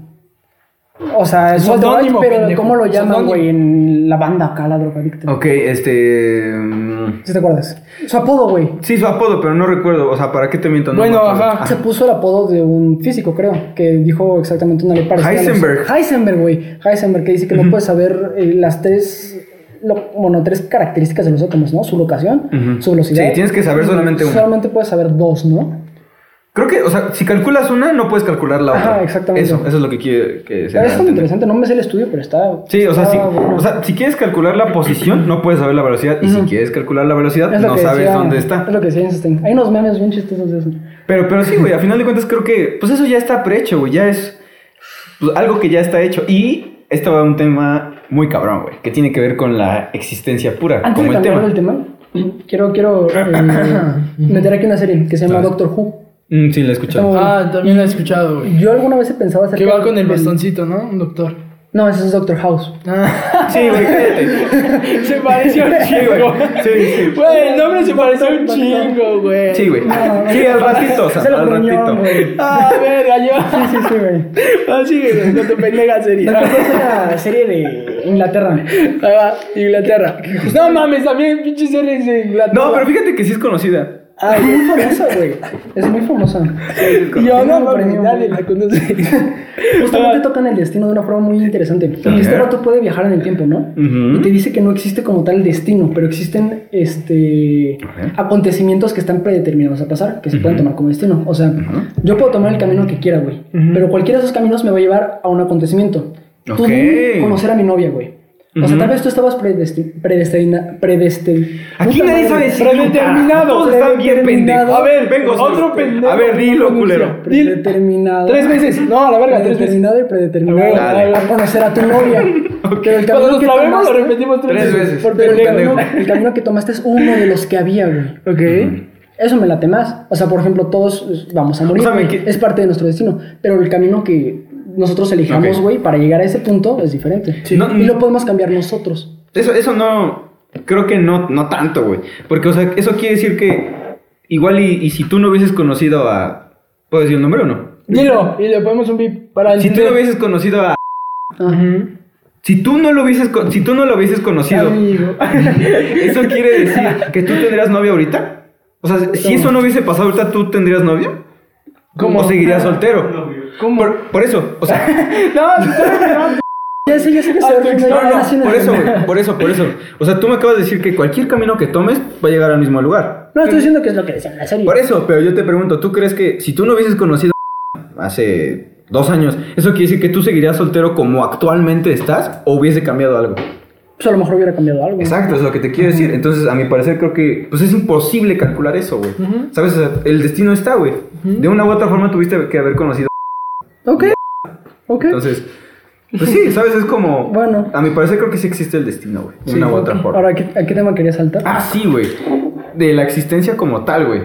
O sea, es Walter White, Seudónimo, pero pendejo. ¿cómo lo llaman, Seudónimo. güey? En la banda acá, la drogadicta. Ok, este. mm, ¿Sí te acuerdas? Su apodo, güey. Sí, su apodo, pero no recuerdo. O sea, ¿para qué te miento? No Bueno, me acuerdo. ajá. Se puso el apodo de un físico, creo, que dijo exactamente una ley parecida. a los- Heisenberg. Heisenberg, güey. Heisenberg, que dice que no puedes saber eh, las tres, lo- bueno, tres características de los átomos, ¿no? Su locación, Ujú. su velocidad. Sí, tienes que saber solamente una. Solamente puedes saber dos, ¿no? Creo que, o sea, si calculas una, no puedes calcular la otra. Ajá, exactamente. Eso, eso es lo que quiere que se Pero haga es tan entender. interesante, no me sé el estudio, pero está... Sí, o sea, está si, bueno. o sea, si quieres calcular la posición, no puedes saber la velocidad. Y si quieres calcular la velocidad, Es lo no que sabes decía- dónde está. Es lo que decía Einstein. Hay unos memes bien chistosos de eso. Pero, pero sí, güey, a final de cuentas creo que, pues eso ya está prehecho, güey, ya es pues, algo que ya está hecho. Y este va a un tema muy cabrón, güey, que tiene que ver con la existencia pura, Antes de como el cambiar tema. del tema, quiero, quiero eh, meter aquí una serie que se llama Doctor Who. Mm, sí, la he escuchado. Estamos- Ah, también la he escuchado, güey. Yo alguna vez he pensado acerca... Que va con el del- bastoncito, ¿no? Un doctor. No, ese es Doctor House. Ah, Sí, güey, cállate. se pareció un Sí, chingo. güey. Sí, sí. Güey, el nombre se pareció un chingo, güey. Sí, güey. Sí, al ratito, o sea, Se lo al gruñó, ratito. güey. Ah, verga, Sí, yo. sí, sí, güey. Así, güey, con tu pendeja sería. Doctor Who es una serie de Inglaterra. Ah, Inglaterra. No mames, también pinche series de Inglaterra. No, pero fíjate que sí es conocida. Ah, es muy famosa, güey. Es muy famosa. Yo Yo no no, lo mames, aprendí, nadie güey. la conoce. Ah. Justamente tocan el destino de una forma muy interesante. Porque este rato puede viajar en el tiempo, ¿no? Ujú. Y te dice que no existe como tal destino, pero existen este Ajá. acontecimientos que están predeterminados a pasar, que se pueden tomar como destino. O sea, yo puedo tomar el camino que quiera, güey. Pero cualquiera de esos caminos me va a llevar a un acontecimiento. Tú Ok. dime conocer a mi novia, güey. O sea, Ujú. tal vez tú estabas predestin- predestina, predestin... Aquí puta nadie madre, sabe si predeterminado, Todos están bien pendejos. predeterminado. A ver, vengo. Otro pendejo. A ver, dilo, culero. Dil- Predeterminado. Ah, Tres veces. No, a la verga, tres veces. Predeterminado y predeterminado. Dale. A conocer a tu novia. Pero el Cuando camino nos trabemos que lo tomaste- repetimos tres, Tres veces. Por pero el pendejo. camino, el camino que tomaste es uno de los que había, güey. Ok. Eso me late más. O sea, por ejemplo, todos eh, vamos a morir. O sea, me güey. que- Es parte de nuestro destino. Pero el camino que nosotros elijamos, Ok. güey, para llegar a ese punto es diferente. Sí. No, y no. lo podemos cambiar nosotros. Eso, eso no. Creo que no, no tanto, güey. Porque, o sea, eso quiere decir que. Igual y, y si tú no hubieses conocido a. ¿Puedo decir el nombre o no? Dilo, y le ponemos un bip para Si tú no entender. hubieses conocido a. Ajá. Si tú no lo hubieses, con- si tú no lo hubieses conocido, Amigo. eso quiere decir que tú tendrías novia ahorita. O sea, si eso no hubiese pasado ahorita, ¿tú tendrías novia? ¿Cómo? ¿O seguirías soltero? ¿Cómo? Por, por eso, o sea, No, no, no, no. Ya sé, ya sé que se Ah, va a tu terminar No, la no, relación por en- eso, güey, por eso, por eso. O sea, tú me acabas de decir que cualquier camino que tomes va a llegar al mismo lugar. No, estoy diciendo que es lo que decían en la serie. Por e- eso, pero yo te pregunto, ¿tú crees que si tú no hubieses conocido a hace dos años, eso quiere decir que tú seguirías soltero como actualmente estás o hubiese cambiado algo? Pues a lo mejor hubiera cambiado algo. Exacto, es lo que te quiero decir. Entonces, a mi parecer, creo que pues es imposible calcular eso, güey. ¿Sabes? O sea, el destino está, güey. De una u otra forma tuviste que haber conocido. Ok. Ok. Entonces, pues sí, ¿sabes? Es como. Bueno. A mi parecer, creo que sí existe el destino, güey. De Sí, una u otra ok. forma. Ahora, ¿a qué, a qué tema quería saltar? Ah, sí, güey. De la existencia como tal, güey.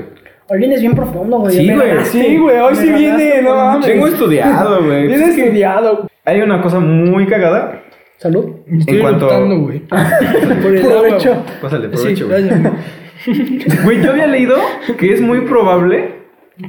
Hoy vienes bien profundo, güey. Sí, Me güey. ganaste. Sí, güey, hoy Me sí viene, ganaste, no güey. mames. Tengo estudiado, güey. Bien Pues es que estudiado. Hay una cosa muy cagada. Salud. Estoy cuanto- eructando, güey. Por el Provecho. agua, güey. Pásale, Sí, provecho, güey. gracias. Güey, yo había leído que es muy probable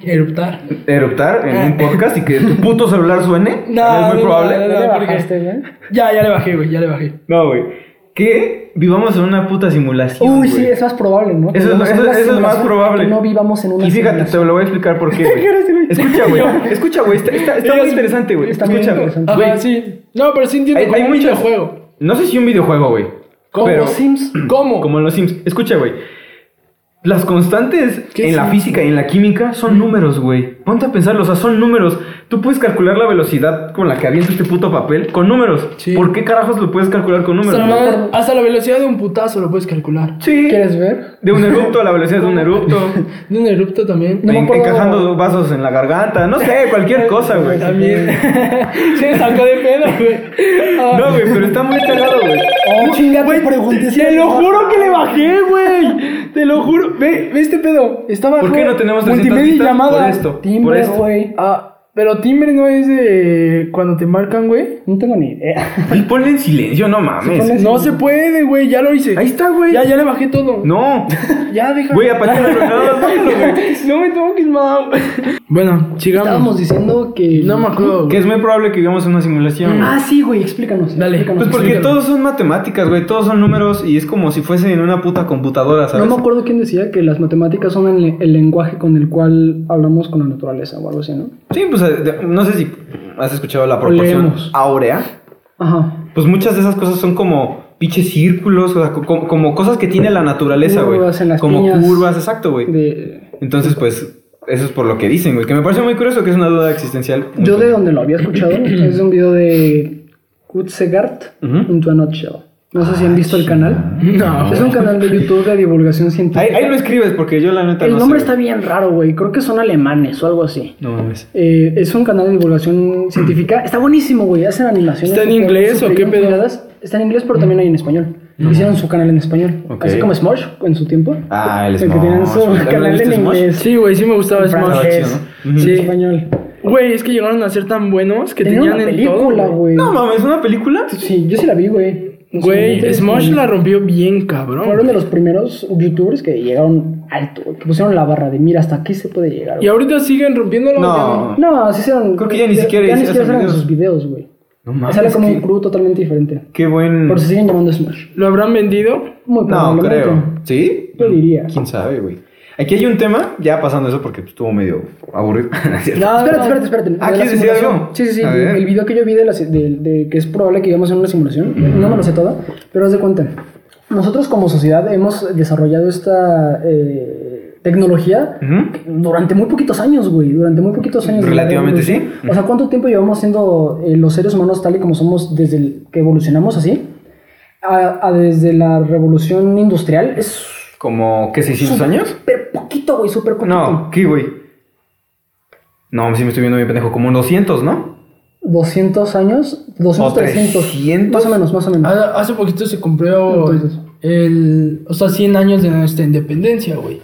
Eruptar. eruptar en Ah. un podcast y que tu puto celular suene. No, es muy no, probable. no, Ya no. le porque- bajaste, güey. Ya, ya le bajé, güey, ya le bajé. No, güey. Que vivamos en una puta simulación. Uy, güey. sí, es más probable, ¿no? Que Eso es- vivamos en eso- una eso es más simulación, probable. que No vivamos en una Y fíjate, te simulación. lo voy a explicar por qué, güey. Gracias, güey. Escucha, güey. Escucha, güey. Está, está- está muy Ellos- interesante, güey. está muy Escucha, interesante. Ajá, güey. sí. No, pero sí entiendo Hay- como hay un muchas- videojuego. No sé si un videojuego, güey. Como pero- Sims. ¿Cómo? Como en los Sims. Escucha, güey. Las constantes ¿Qué en la Sims, Mm. física y en la química son números, güey. Ponte a pensarlo, o sea, son números. Tú puedes calcular la velocidad con la que avienta este puto papel con números. Sí. ¿Por qué carajos lo puedes calcular con hasta, números? la, güey? ma- hasta la velocidad de un putazo lo puedes calcular. Sí. ¿Quieres ver? De un erupto a la velocidad de un erupto. De un erupto también. No me En- acuerdo. encajando dos vasos en la garganta. No sé, cualquier cosa, güey. También. Eh, Se sacó de pedo, güey. Ah. No, güey, pero está muy cagado, güey. Oh, chinga, Güey, te pregunté si te era lo verdad. juro que le bajé, güey. Te lo juro. Ve, ve este pedo. Estaba ¿Por qué no tenemos 300 multimedia y vistas? llamada. Por esto. Timbre, Por esto. güey. Ah, Pero timbre no es de cuando te marcan, güey. No tengo ni idea. Y ponle en silencio, no mames. ponle- No se puede, güey, ya lo hice. Ahí está, güey. Ya, ya le bajé todo. No. Ya, déjame. Güey, apágalo, no, apágalo, No me toques, mam. Bueno, sigamos. Estábamos diciendo que. No me acuerdo. Que es muy probable que vivamos una simulación. güey. Ah, sí, güey, explícanos. Dale. explícanos. Pues porque explícalo. todos son matemáticas, güey. Todos son números y es como si fuese en una puta computadora, No ¿sabes? me acuerdo quién decía que las matemáticas son el, el lenguaje con el cual hablamos con la naturaleza o algo así, ¿no? Sí, pues eh, de- no sé si has escuchado la proporción Leemos. áurea. Ajá. Pues muchas de esas cosas son como pinches círculos, o sea, co- como, como cosas que tiene la naturaleza, güey. Curvas en las Como piñas. curvas, exacto, güey. De, Entonces, pues, eso es por lo que dicen, güey. Que me parece muy curioso que es una duda existencial. yo de donde lo había escuchado es de un video de Kutzegart Ujú. into a nutshell. No sé si han visto el canal. Ah, No. Es un canal de YouTube de divulgación científica. Ahí, ahí lo escribes porque yo la neta el no nombre sé, está bien raro, güey. Creo que son alemanes o algo así. güey. No mames. Eh, es un canal de divulgación científica. Está buenísimo, güey. Hacen animaciones. ¿Está en súper- inglés súper o qué bien pedo? cuidadas. Está en inglés, pero también hay en español. Hicieron su canal en español. Ok. Así como Smosh en su tiempo. Ah, el El que tienen Smosh, güey. su ¿También canal viste en Smosh? inglés. Sí, güey, sí me gustaba Smash. francés, Estaba chido, ¿no? en Sí. español. Güey, es que llegaron a ser tan buenos que Tenía tenían una en todo. película, güey. No mames, ¿una película? Sí, yo sí la vi, güey. Güey, Sí, Smash sí. la rompió bien, cabrón. Fueron de los primeros youtubers que llegaron alto, güey, que pusieron la barra de mira hasta aquí se puede llegar. Y güey". ahorita siguen rompiéndolo. No. No, así hicieron. Creo que ya ni siquiera ya ni hacen siquiera salen videos. sus videos, güey. No mames. Sale como qué- un crew totalmente diferente. Qué buen. Pero se siguen llamando Smash. ¿Lo habrán vendido? Muy No, probablemente. creo. ¿Sí? Yo diría. ¿Quién sabe, güey? Aquí hay un tema, ya pasando eso porque pues, estuvo medio aburrido. No es cierto. espérate, espérate, espérate. Ah, De la ¿quieres decir simulación. algo? Sí, sí, sí. A El, ver. el video que yo vi de, la si- de- de que es probable que íbamos en una simulación, no me lo sé todo, pero haz de cuenta. Nosotros como sociedad hemos desarrollado esta eh, tecnología Ujú. durante muy poquitos años, güey. Durante muy poquitos años. Relativamente, sí. O sea, ¿cuánto tiempo llevamos siendo eh, los seres humanos tal y como somos desde el que evolucionamos así? A, a desde la revolución industrial. Es Como, ¿qué, 600 años? súper poquito, güey, súper poquito. No, ¿qué, güey? No, sí me estoy viendo bien pendejo. Como en 200, ¿no? 200 años, 200, ¿O 300. 300? Más o menos, más o menos. Ha- Hace poquito se cumplió Entonces. el. O sea, 100 años de nuestra independencia, güey.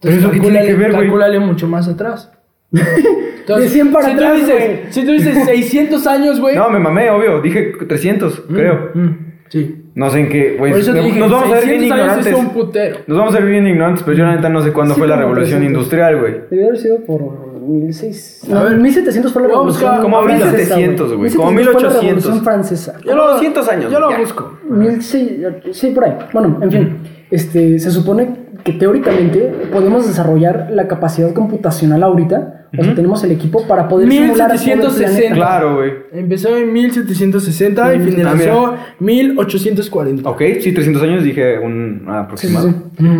Pero Entonces, eso qué tiene calcúlale- que ver, güey. calcúlale mucho más atrás. De 100 para si tú atrás, dices- güey. Si tú dices 600 años, güey. No, me mamé, obvio. Dije 300, Mm, creo. mm, sí. No sé en qué, güey. Por eso te pues, Nos dije, nos vamos a ver bien 600 años ignorantes. Es un putero. Nos vamos a ver bien ignorantes, pero yo la neta no sé cuándo Sí, fue la como revolución 300. industrial, güey. Debió haber sido por 1600. A No, ver. 1700 fue la Voy a buscar revolución. como francesa, 1700, güey, como 1700 fue la 1800. revolución francesa. Yo lo- 200 años, Yo lo ya. busco. 1600, sí, por ahí. Bueno, en fin. Este, se supone que teóricamente podemos desarrollar la capacidad computacional ahorita. O sea, tenemos el equipo para poder simular todo el 1760. planeta. Claro, güey. Empezó en 1760 y Ah, finalizó 1840. Ok, sí, 300 años dije un aproximado. Sí,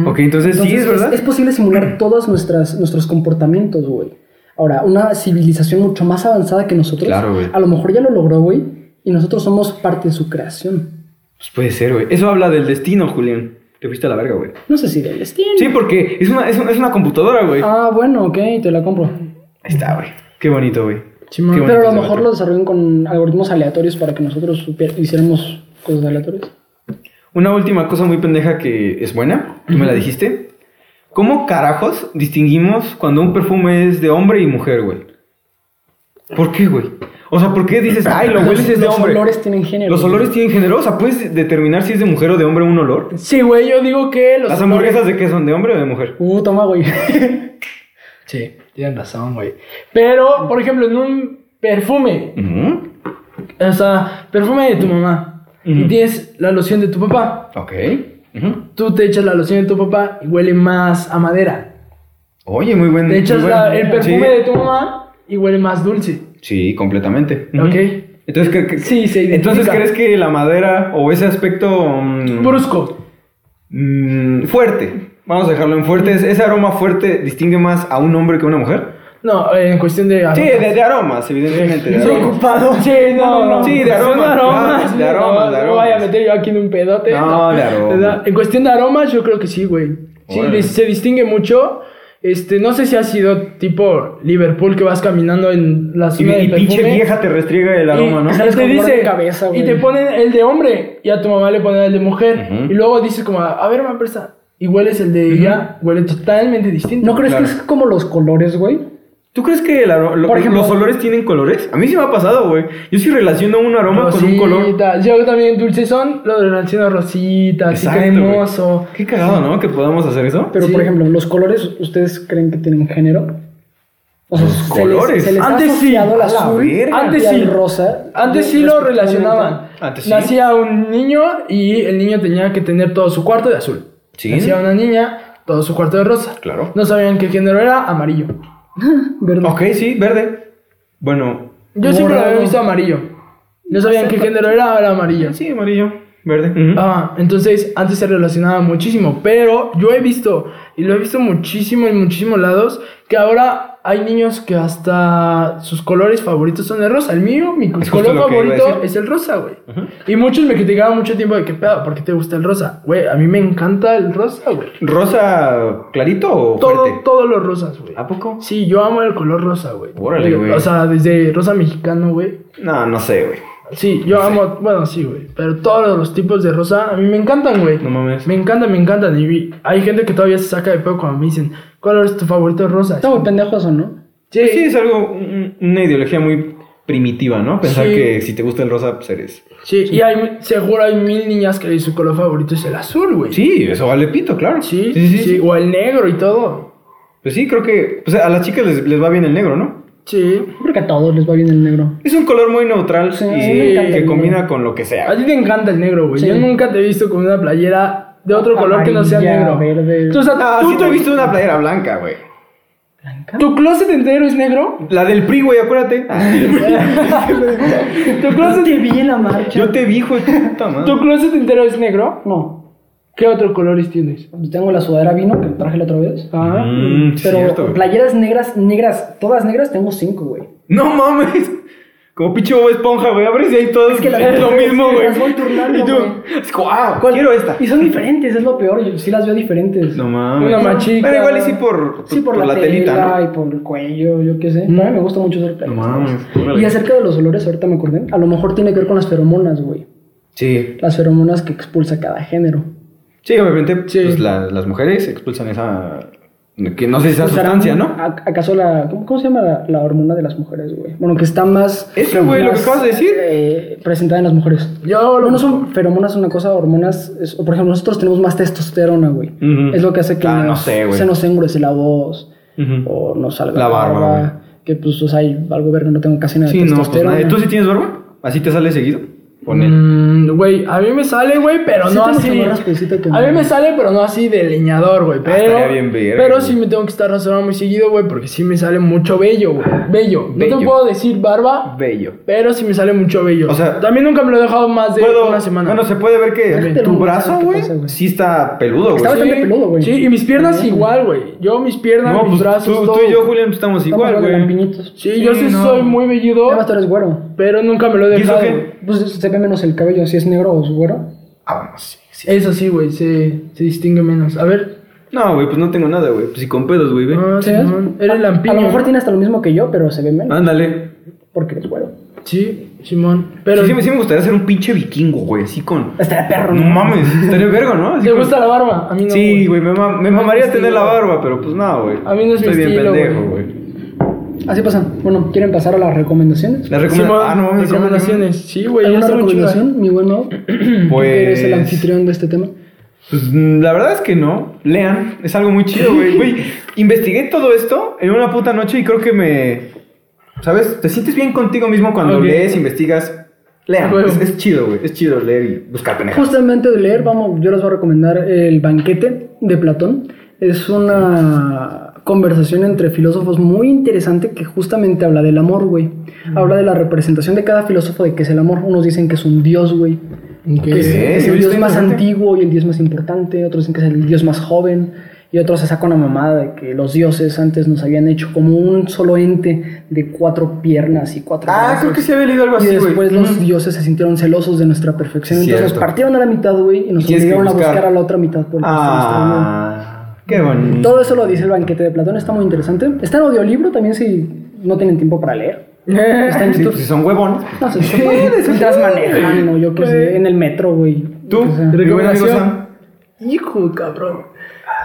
Ok, entonces, sí, Entonces, es verdad. Es, posible simular todos nuestras, nuestros comportamientos, güey. Ahora, una civilización mucho más avanzada que nosotros, Claro, güey. a lo mejor ya lo logró, güey, y nosotros somos parte de su creación. Pues puede ser, güey. Eso habla del destino, Julián. Te fuiste a la verga, güey. No sé si de destino. Sí, porque es una, es una, es una computadora, güey. Ah, bueno, ok, te la compro. Ahí está, güey. Qué bonito, güey. Simón. Qué bonito Pero a lo ese mejor vato. lo desarrollan con algoritmos aleatorios para que nosotros supier- hiciéramos cosas aleatorias. Una última cosa muy pendeja que es buena. Tú me la dijiste. ¿Cómo carajos distinguimos cuando un perfume es de hombre y mujer, güey? ¿Por qué, güey? O sea, ¿por qué dices, ay, lo hueles es de Los hombre? olores tienen género. Los güey. olores tienen género. O sea, ¿puedes determinar si es de mujer o de hombre un olor? Sí, güey, yo digo que los ¿Las hamburguesas de qué son? ¿De hombre o de mujer? Uh, toma, güey. Sí, tienen razón, güey. Pero, por ejemplo, en un perfume, Ujú. o sea, perfume de tu mamá, y Ujú. tienes la loción de tu papá, Ok. Ujú. tú te echas la loción de tu papá y huele más a madera. Oye, muy buen. Te muy echas buen- la- el perfume Mm, sí. de tu mamá y huele más dulce. Sí, completamente. Ok. Ujú. Entonces, ¿qué- qué- Sí, se identifica. entonces crees que la madera o ese aspecto mm, Brusco. mm, fuerte, vamos a dejarlo en fuerte, ¿es- ese aroma fuerte distingue más a un hombre que a una mujer? No, en cuestión de... Sí, de, de aromas, evidentemente. de aromas. preocupado. Sí, no, no. Sí, de en cuestión aromas, aromas, de aromas, no, de No vaya a aromas. meter yo aquí en un pedote. No, de aromas. ¿Verdad? En cuestión de aromas, yo creo que sí, güey. Sí, Órale. dis- se distingue mucho. Este, no sé si ha sido tipo Liverpool que vas caminando en la Y, zona y del pinche perfume, vieja te restriega el aroma, ¿no? y Sales te con dolor de dice, cabeza, y güey. te ponen el de hombre y a tu mamá le ponen el de mujer Ujú. y luego dices como, a ver, mamá presta y hueles el de ella, huele totalmente distinto. ¿No crees Claro. que es como los colores, güey? ¿Tú crees que el aro- lo- Por ejemplo- los olores tienen colores? A mí sí me ha pasado, güey. Yo sí relaciono un aroma con un color. Rosita. Yo también dulce son, lo de relación rosita, así Exacto, cremoso. Qué cagado, ¿no? Que podamos hacer eso. Pero, Sí. por ejemplo, ¿los colores ustedes creen que tienen género? O sea, Los se les- colores. se les ha Antes sí. asociado al A la azul y verga. Antes al sí. rosa. Antes sí lo relacionaban. Antes sí. Nacía un niño y el niño tenía que tener todo su cuarto de azul. Sí. Nacía una niña, todo su cuarto de rosa. Claro. No sabían qué género era, amarillo. Verde. Ok, sí, verde. Bueno. Yo siempre lo Morado. había visto amarillo. No sabían qué género era, era amarillo. Sí, amarillo. Verde. Ah, entonces antes se relacionaba muchísimo, pero yo he visto, y lo he visto muchísimo en muchísimos lados, que ahora hay niños que hasta sus colores favoritos son el rosa. El mío, mi justo color lo que iba a favorito decir. es el rosa, güey. Y muchos me criticaban mucho tiempo de que pedo, ¿por qué te gusta el rosa? Güey, a mí me encanta el rosa, güey. ¿Rosa clarito o Todo, fuerte? todos los rosas, güey. ¿A poco? Sí, yo amo el color rosa, güey. Órale, Digo, güey. O sea, desde rosa mexicano, güey. No, no sé, güey. Sí, yo amo, bueno, sí, güey. Pero todos los tipos de rosa a mí me encantan, güey. No mames. Me encantan, me encantan. Y vi- hay gente que todavía se saca de pedo cuando me dicen, ¿cuál es tu favorito rosa? Está muy pendejo eso, ¿no? Sí, pues Sí, es algo, un- una ideología muy primitiva, ¿no? Pensar Sí. que si te gusta el rosa, pues eres... sí, Y hay, seguro hay mil niñas que su color favorito es el azul, güey. Sí, eso vale pito, claro. sí, sí, sí. O el negro y todo. Pues sí, creo que pues a las chicas les, les va bien el negro, ¿no? Sí. Yo creo que a todos les va bien el negro. Es un color muy neutral Sí, y me encanta que el combina negro. con lo que A sea. ti te encanta el negro, güey. Sí. Yo nunca te he visto con una playera de otro color que no sea Amarilla, negro. verde. Tú, o sea, Ah, tú- sí te he visto una playera blanca, güey. ¿Blanca? ¿Tu closet entero es negro? La del PRI, güey, acuérdate. Ah. ¿Tu No closet, te vi en la marcha. Yo te vi, hijo de puta ¿Tu madre. closet entero es negro? No. Pues ¿Qué otros colores tienes? Tengo la sudadera vino que traje la otra vez. Ah. Mm, sí, Pero cierto, güey. playeras negras, negras, todas negras, tengo cinco, güey. No mames. Como pinche Bob Esponja, güey. Abres y ahí todos Es que la- es lo mismo, güey. las voy turnando, Y tú, güey. es como, ah, quiero esta. Y son diferentes, es lo peor. Yo sí las veo diferentes. No mames. Una machita. Pero igual y sí por, Sí, por, la, telita, tela ¿no? y por el cuello, yo qué sé. No, a mí me gusta mucho usar playeras. Mm. No mames. órale. Y acerca de los olores, ahorita me acordé, a lo mejor tiene que ver con las feromonas, güey. Sí. Las feromonas que expulsa cada género. Sí, obviamente Sí. pues, la- las mujeres expulsan esa... Que no sé esa Usarán- sustancia, ¿no? Pues, a- ¿Acaso la... ¿Cómo, cómo se llama la, la hormona de las mujeres, güey? Bueno, que está más... Eso, güey, lo que más, acabas de decir. eh, presentada en las mujeres. Yo lo No, no son feromonas, son una cosa, hormonas... es- o por ejemplo, nosotros tenemos más testosterona, güey. Ujú. Es lo que hace que Ah, no nos- sé, güey. se nos engrose la voz Ujú. o nos salga La barba, güey. Que pues, o sea, hay algo verde, no tengo casi nada de Sí, no, pues testosterona. nadie. ¿Tú sí tienes barba? ¿Así te sale seguido? Con él. Mm, Güey, a mí me sale, güey, pero Sí no tengo así. mucho más rasponcito que A mí no. me sale, pero no así de leñador, güey. Pero, Ah, estaría bien verga, pero güey. sí me tengo que estar razonando muy seguido, güey, porque sí me sale mucho bello, güey. Bello. No Vello. te puedo decir barba, Bello. pero sí me sale mucho bello. O sea, también nunca me lo he dejado más de Puedo- una semana. Bueno, se puede ver que Déjate tu lo- brazo, ¿qué güey, pasa, güey? sí está peludo, Está güey. bastante peludo, güey. Sí, y mis piernas igual, güey. Yo, mis piernas, No, mis pues brazos, tú, todo. tú y yo, Julián, pues, estamos Estamos igual, hablando de güey. lampiñitos. Sí, yo sí Sí, no. soy muy velludo, Además, tú eres güero. pero nunca me lo he ¿Y eso dejado. qué? güey. Pues se ve menos el cabello, si es negro o es güero. Ah, bueno, sí. sí. Eso sí, güey, se, se distingue menos. A ver, No, güey, pues no tengo nada, güey. Pues si con pedos, güey, ve. ah, ¿Sí Simón, ves? eres A- lampiño. A lo mejor ¿no? tiene hasta lo mismo que yo, pero se ve menos. Ándale. Porque eres güero. Sí, Simón. Pero Sí, sí, me- sí me gustaría ser un pinche vikingo, güey, así con... Estaría perro, No mames, estaría verga, ¿no? Así ¿te con- gusta la barba? A mí no. Sí, güey, me, ma- me mamaría mi tener la estilo. barba, pero pues no, güey. A mí no es mi Estoy bien estilo, pendejo, güey. güey. Así pasa. Bueno, ¿quieren pasar a las recomendaciones? Las Simón, recomendaciones... Ah, no mames, ¿cómo no? recomendaciones. Sí, güey, ya ¿Alguna está muy chida. recomendación, mi buen Mau? Tú que eres el Pues... anfitrión de este tema. Pues mm, la verdad es que no. Lean, es algo muy chido, güey. Güey, investigué todo esto en una puta noche y creo que me. ¿Sabes? Te sientes bien contigo mismo cuando Ok. lees, investigas. Lean, Huevo. es, es chido, güey. Es chido leer y buscar pendejadas. Justamente de leer, vamos, yo les voy a recomendar El Banquete de Platón. Es una conversación entre filósofos muy interesante que justamente habla del amor, güey. Habla de la representación de cada filósofo de qué es el amor. Unos dicen que es un dios, güey. Ok. Que es, que es Oye, el dios está más interesante. antiguo y el dios más importante. Otros dicen que es el dios más joven. Y otros se sacan una mamada de que los dioses antes nos habían hecho como un solo ente de cuatro piernas y cuatro Ah, brazos. creo que sí había leído algo Y así, güey. después los dioses se sintieron celosos de nuestra perfección. Entonces Cierto. nos partieron a la mitad, güey, y nos Y tienes que obligaron a buscar. buscar a la otra mitad. Por el que estamos teniendo. Ah, qué Mm, bonito. Todo eso lo dice el banquete de Platón, está muy interesante. Está en audiolibro también si no tienen tiempo para leer. Está en Sí, YouTube. pues, si son huevones. No sé, se puede, mientras manejan, o yo qué sé, en el metro, güey. Tú, O sea, mi buen amigo recomendación. Sam. Hijo, cabrón.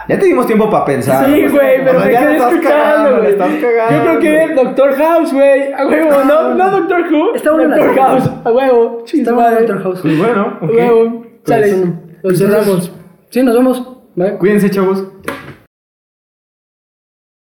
Ya te dimos tiempo para pensar. Sí, güey, pero O sea, me ya quedé la estás escuchando, cagando, la güey. estás cagando. Yo creo que Doctor House, güey. A huevo, no, no Doctor Who. Está buena la Doctor serie. House, a huevo. Chis Está bueno madre. Doctor House. Pues bueno, A huevo. ok. Sale. Pues, Lo entonces, cerramos. Sí, nos vemos. Bye. Cuídense, chavos.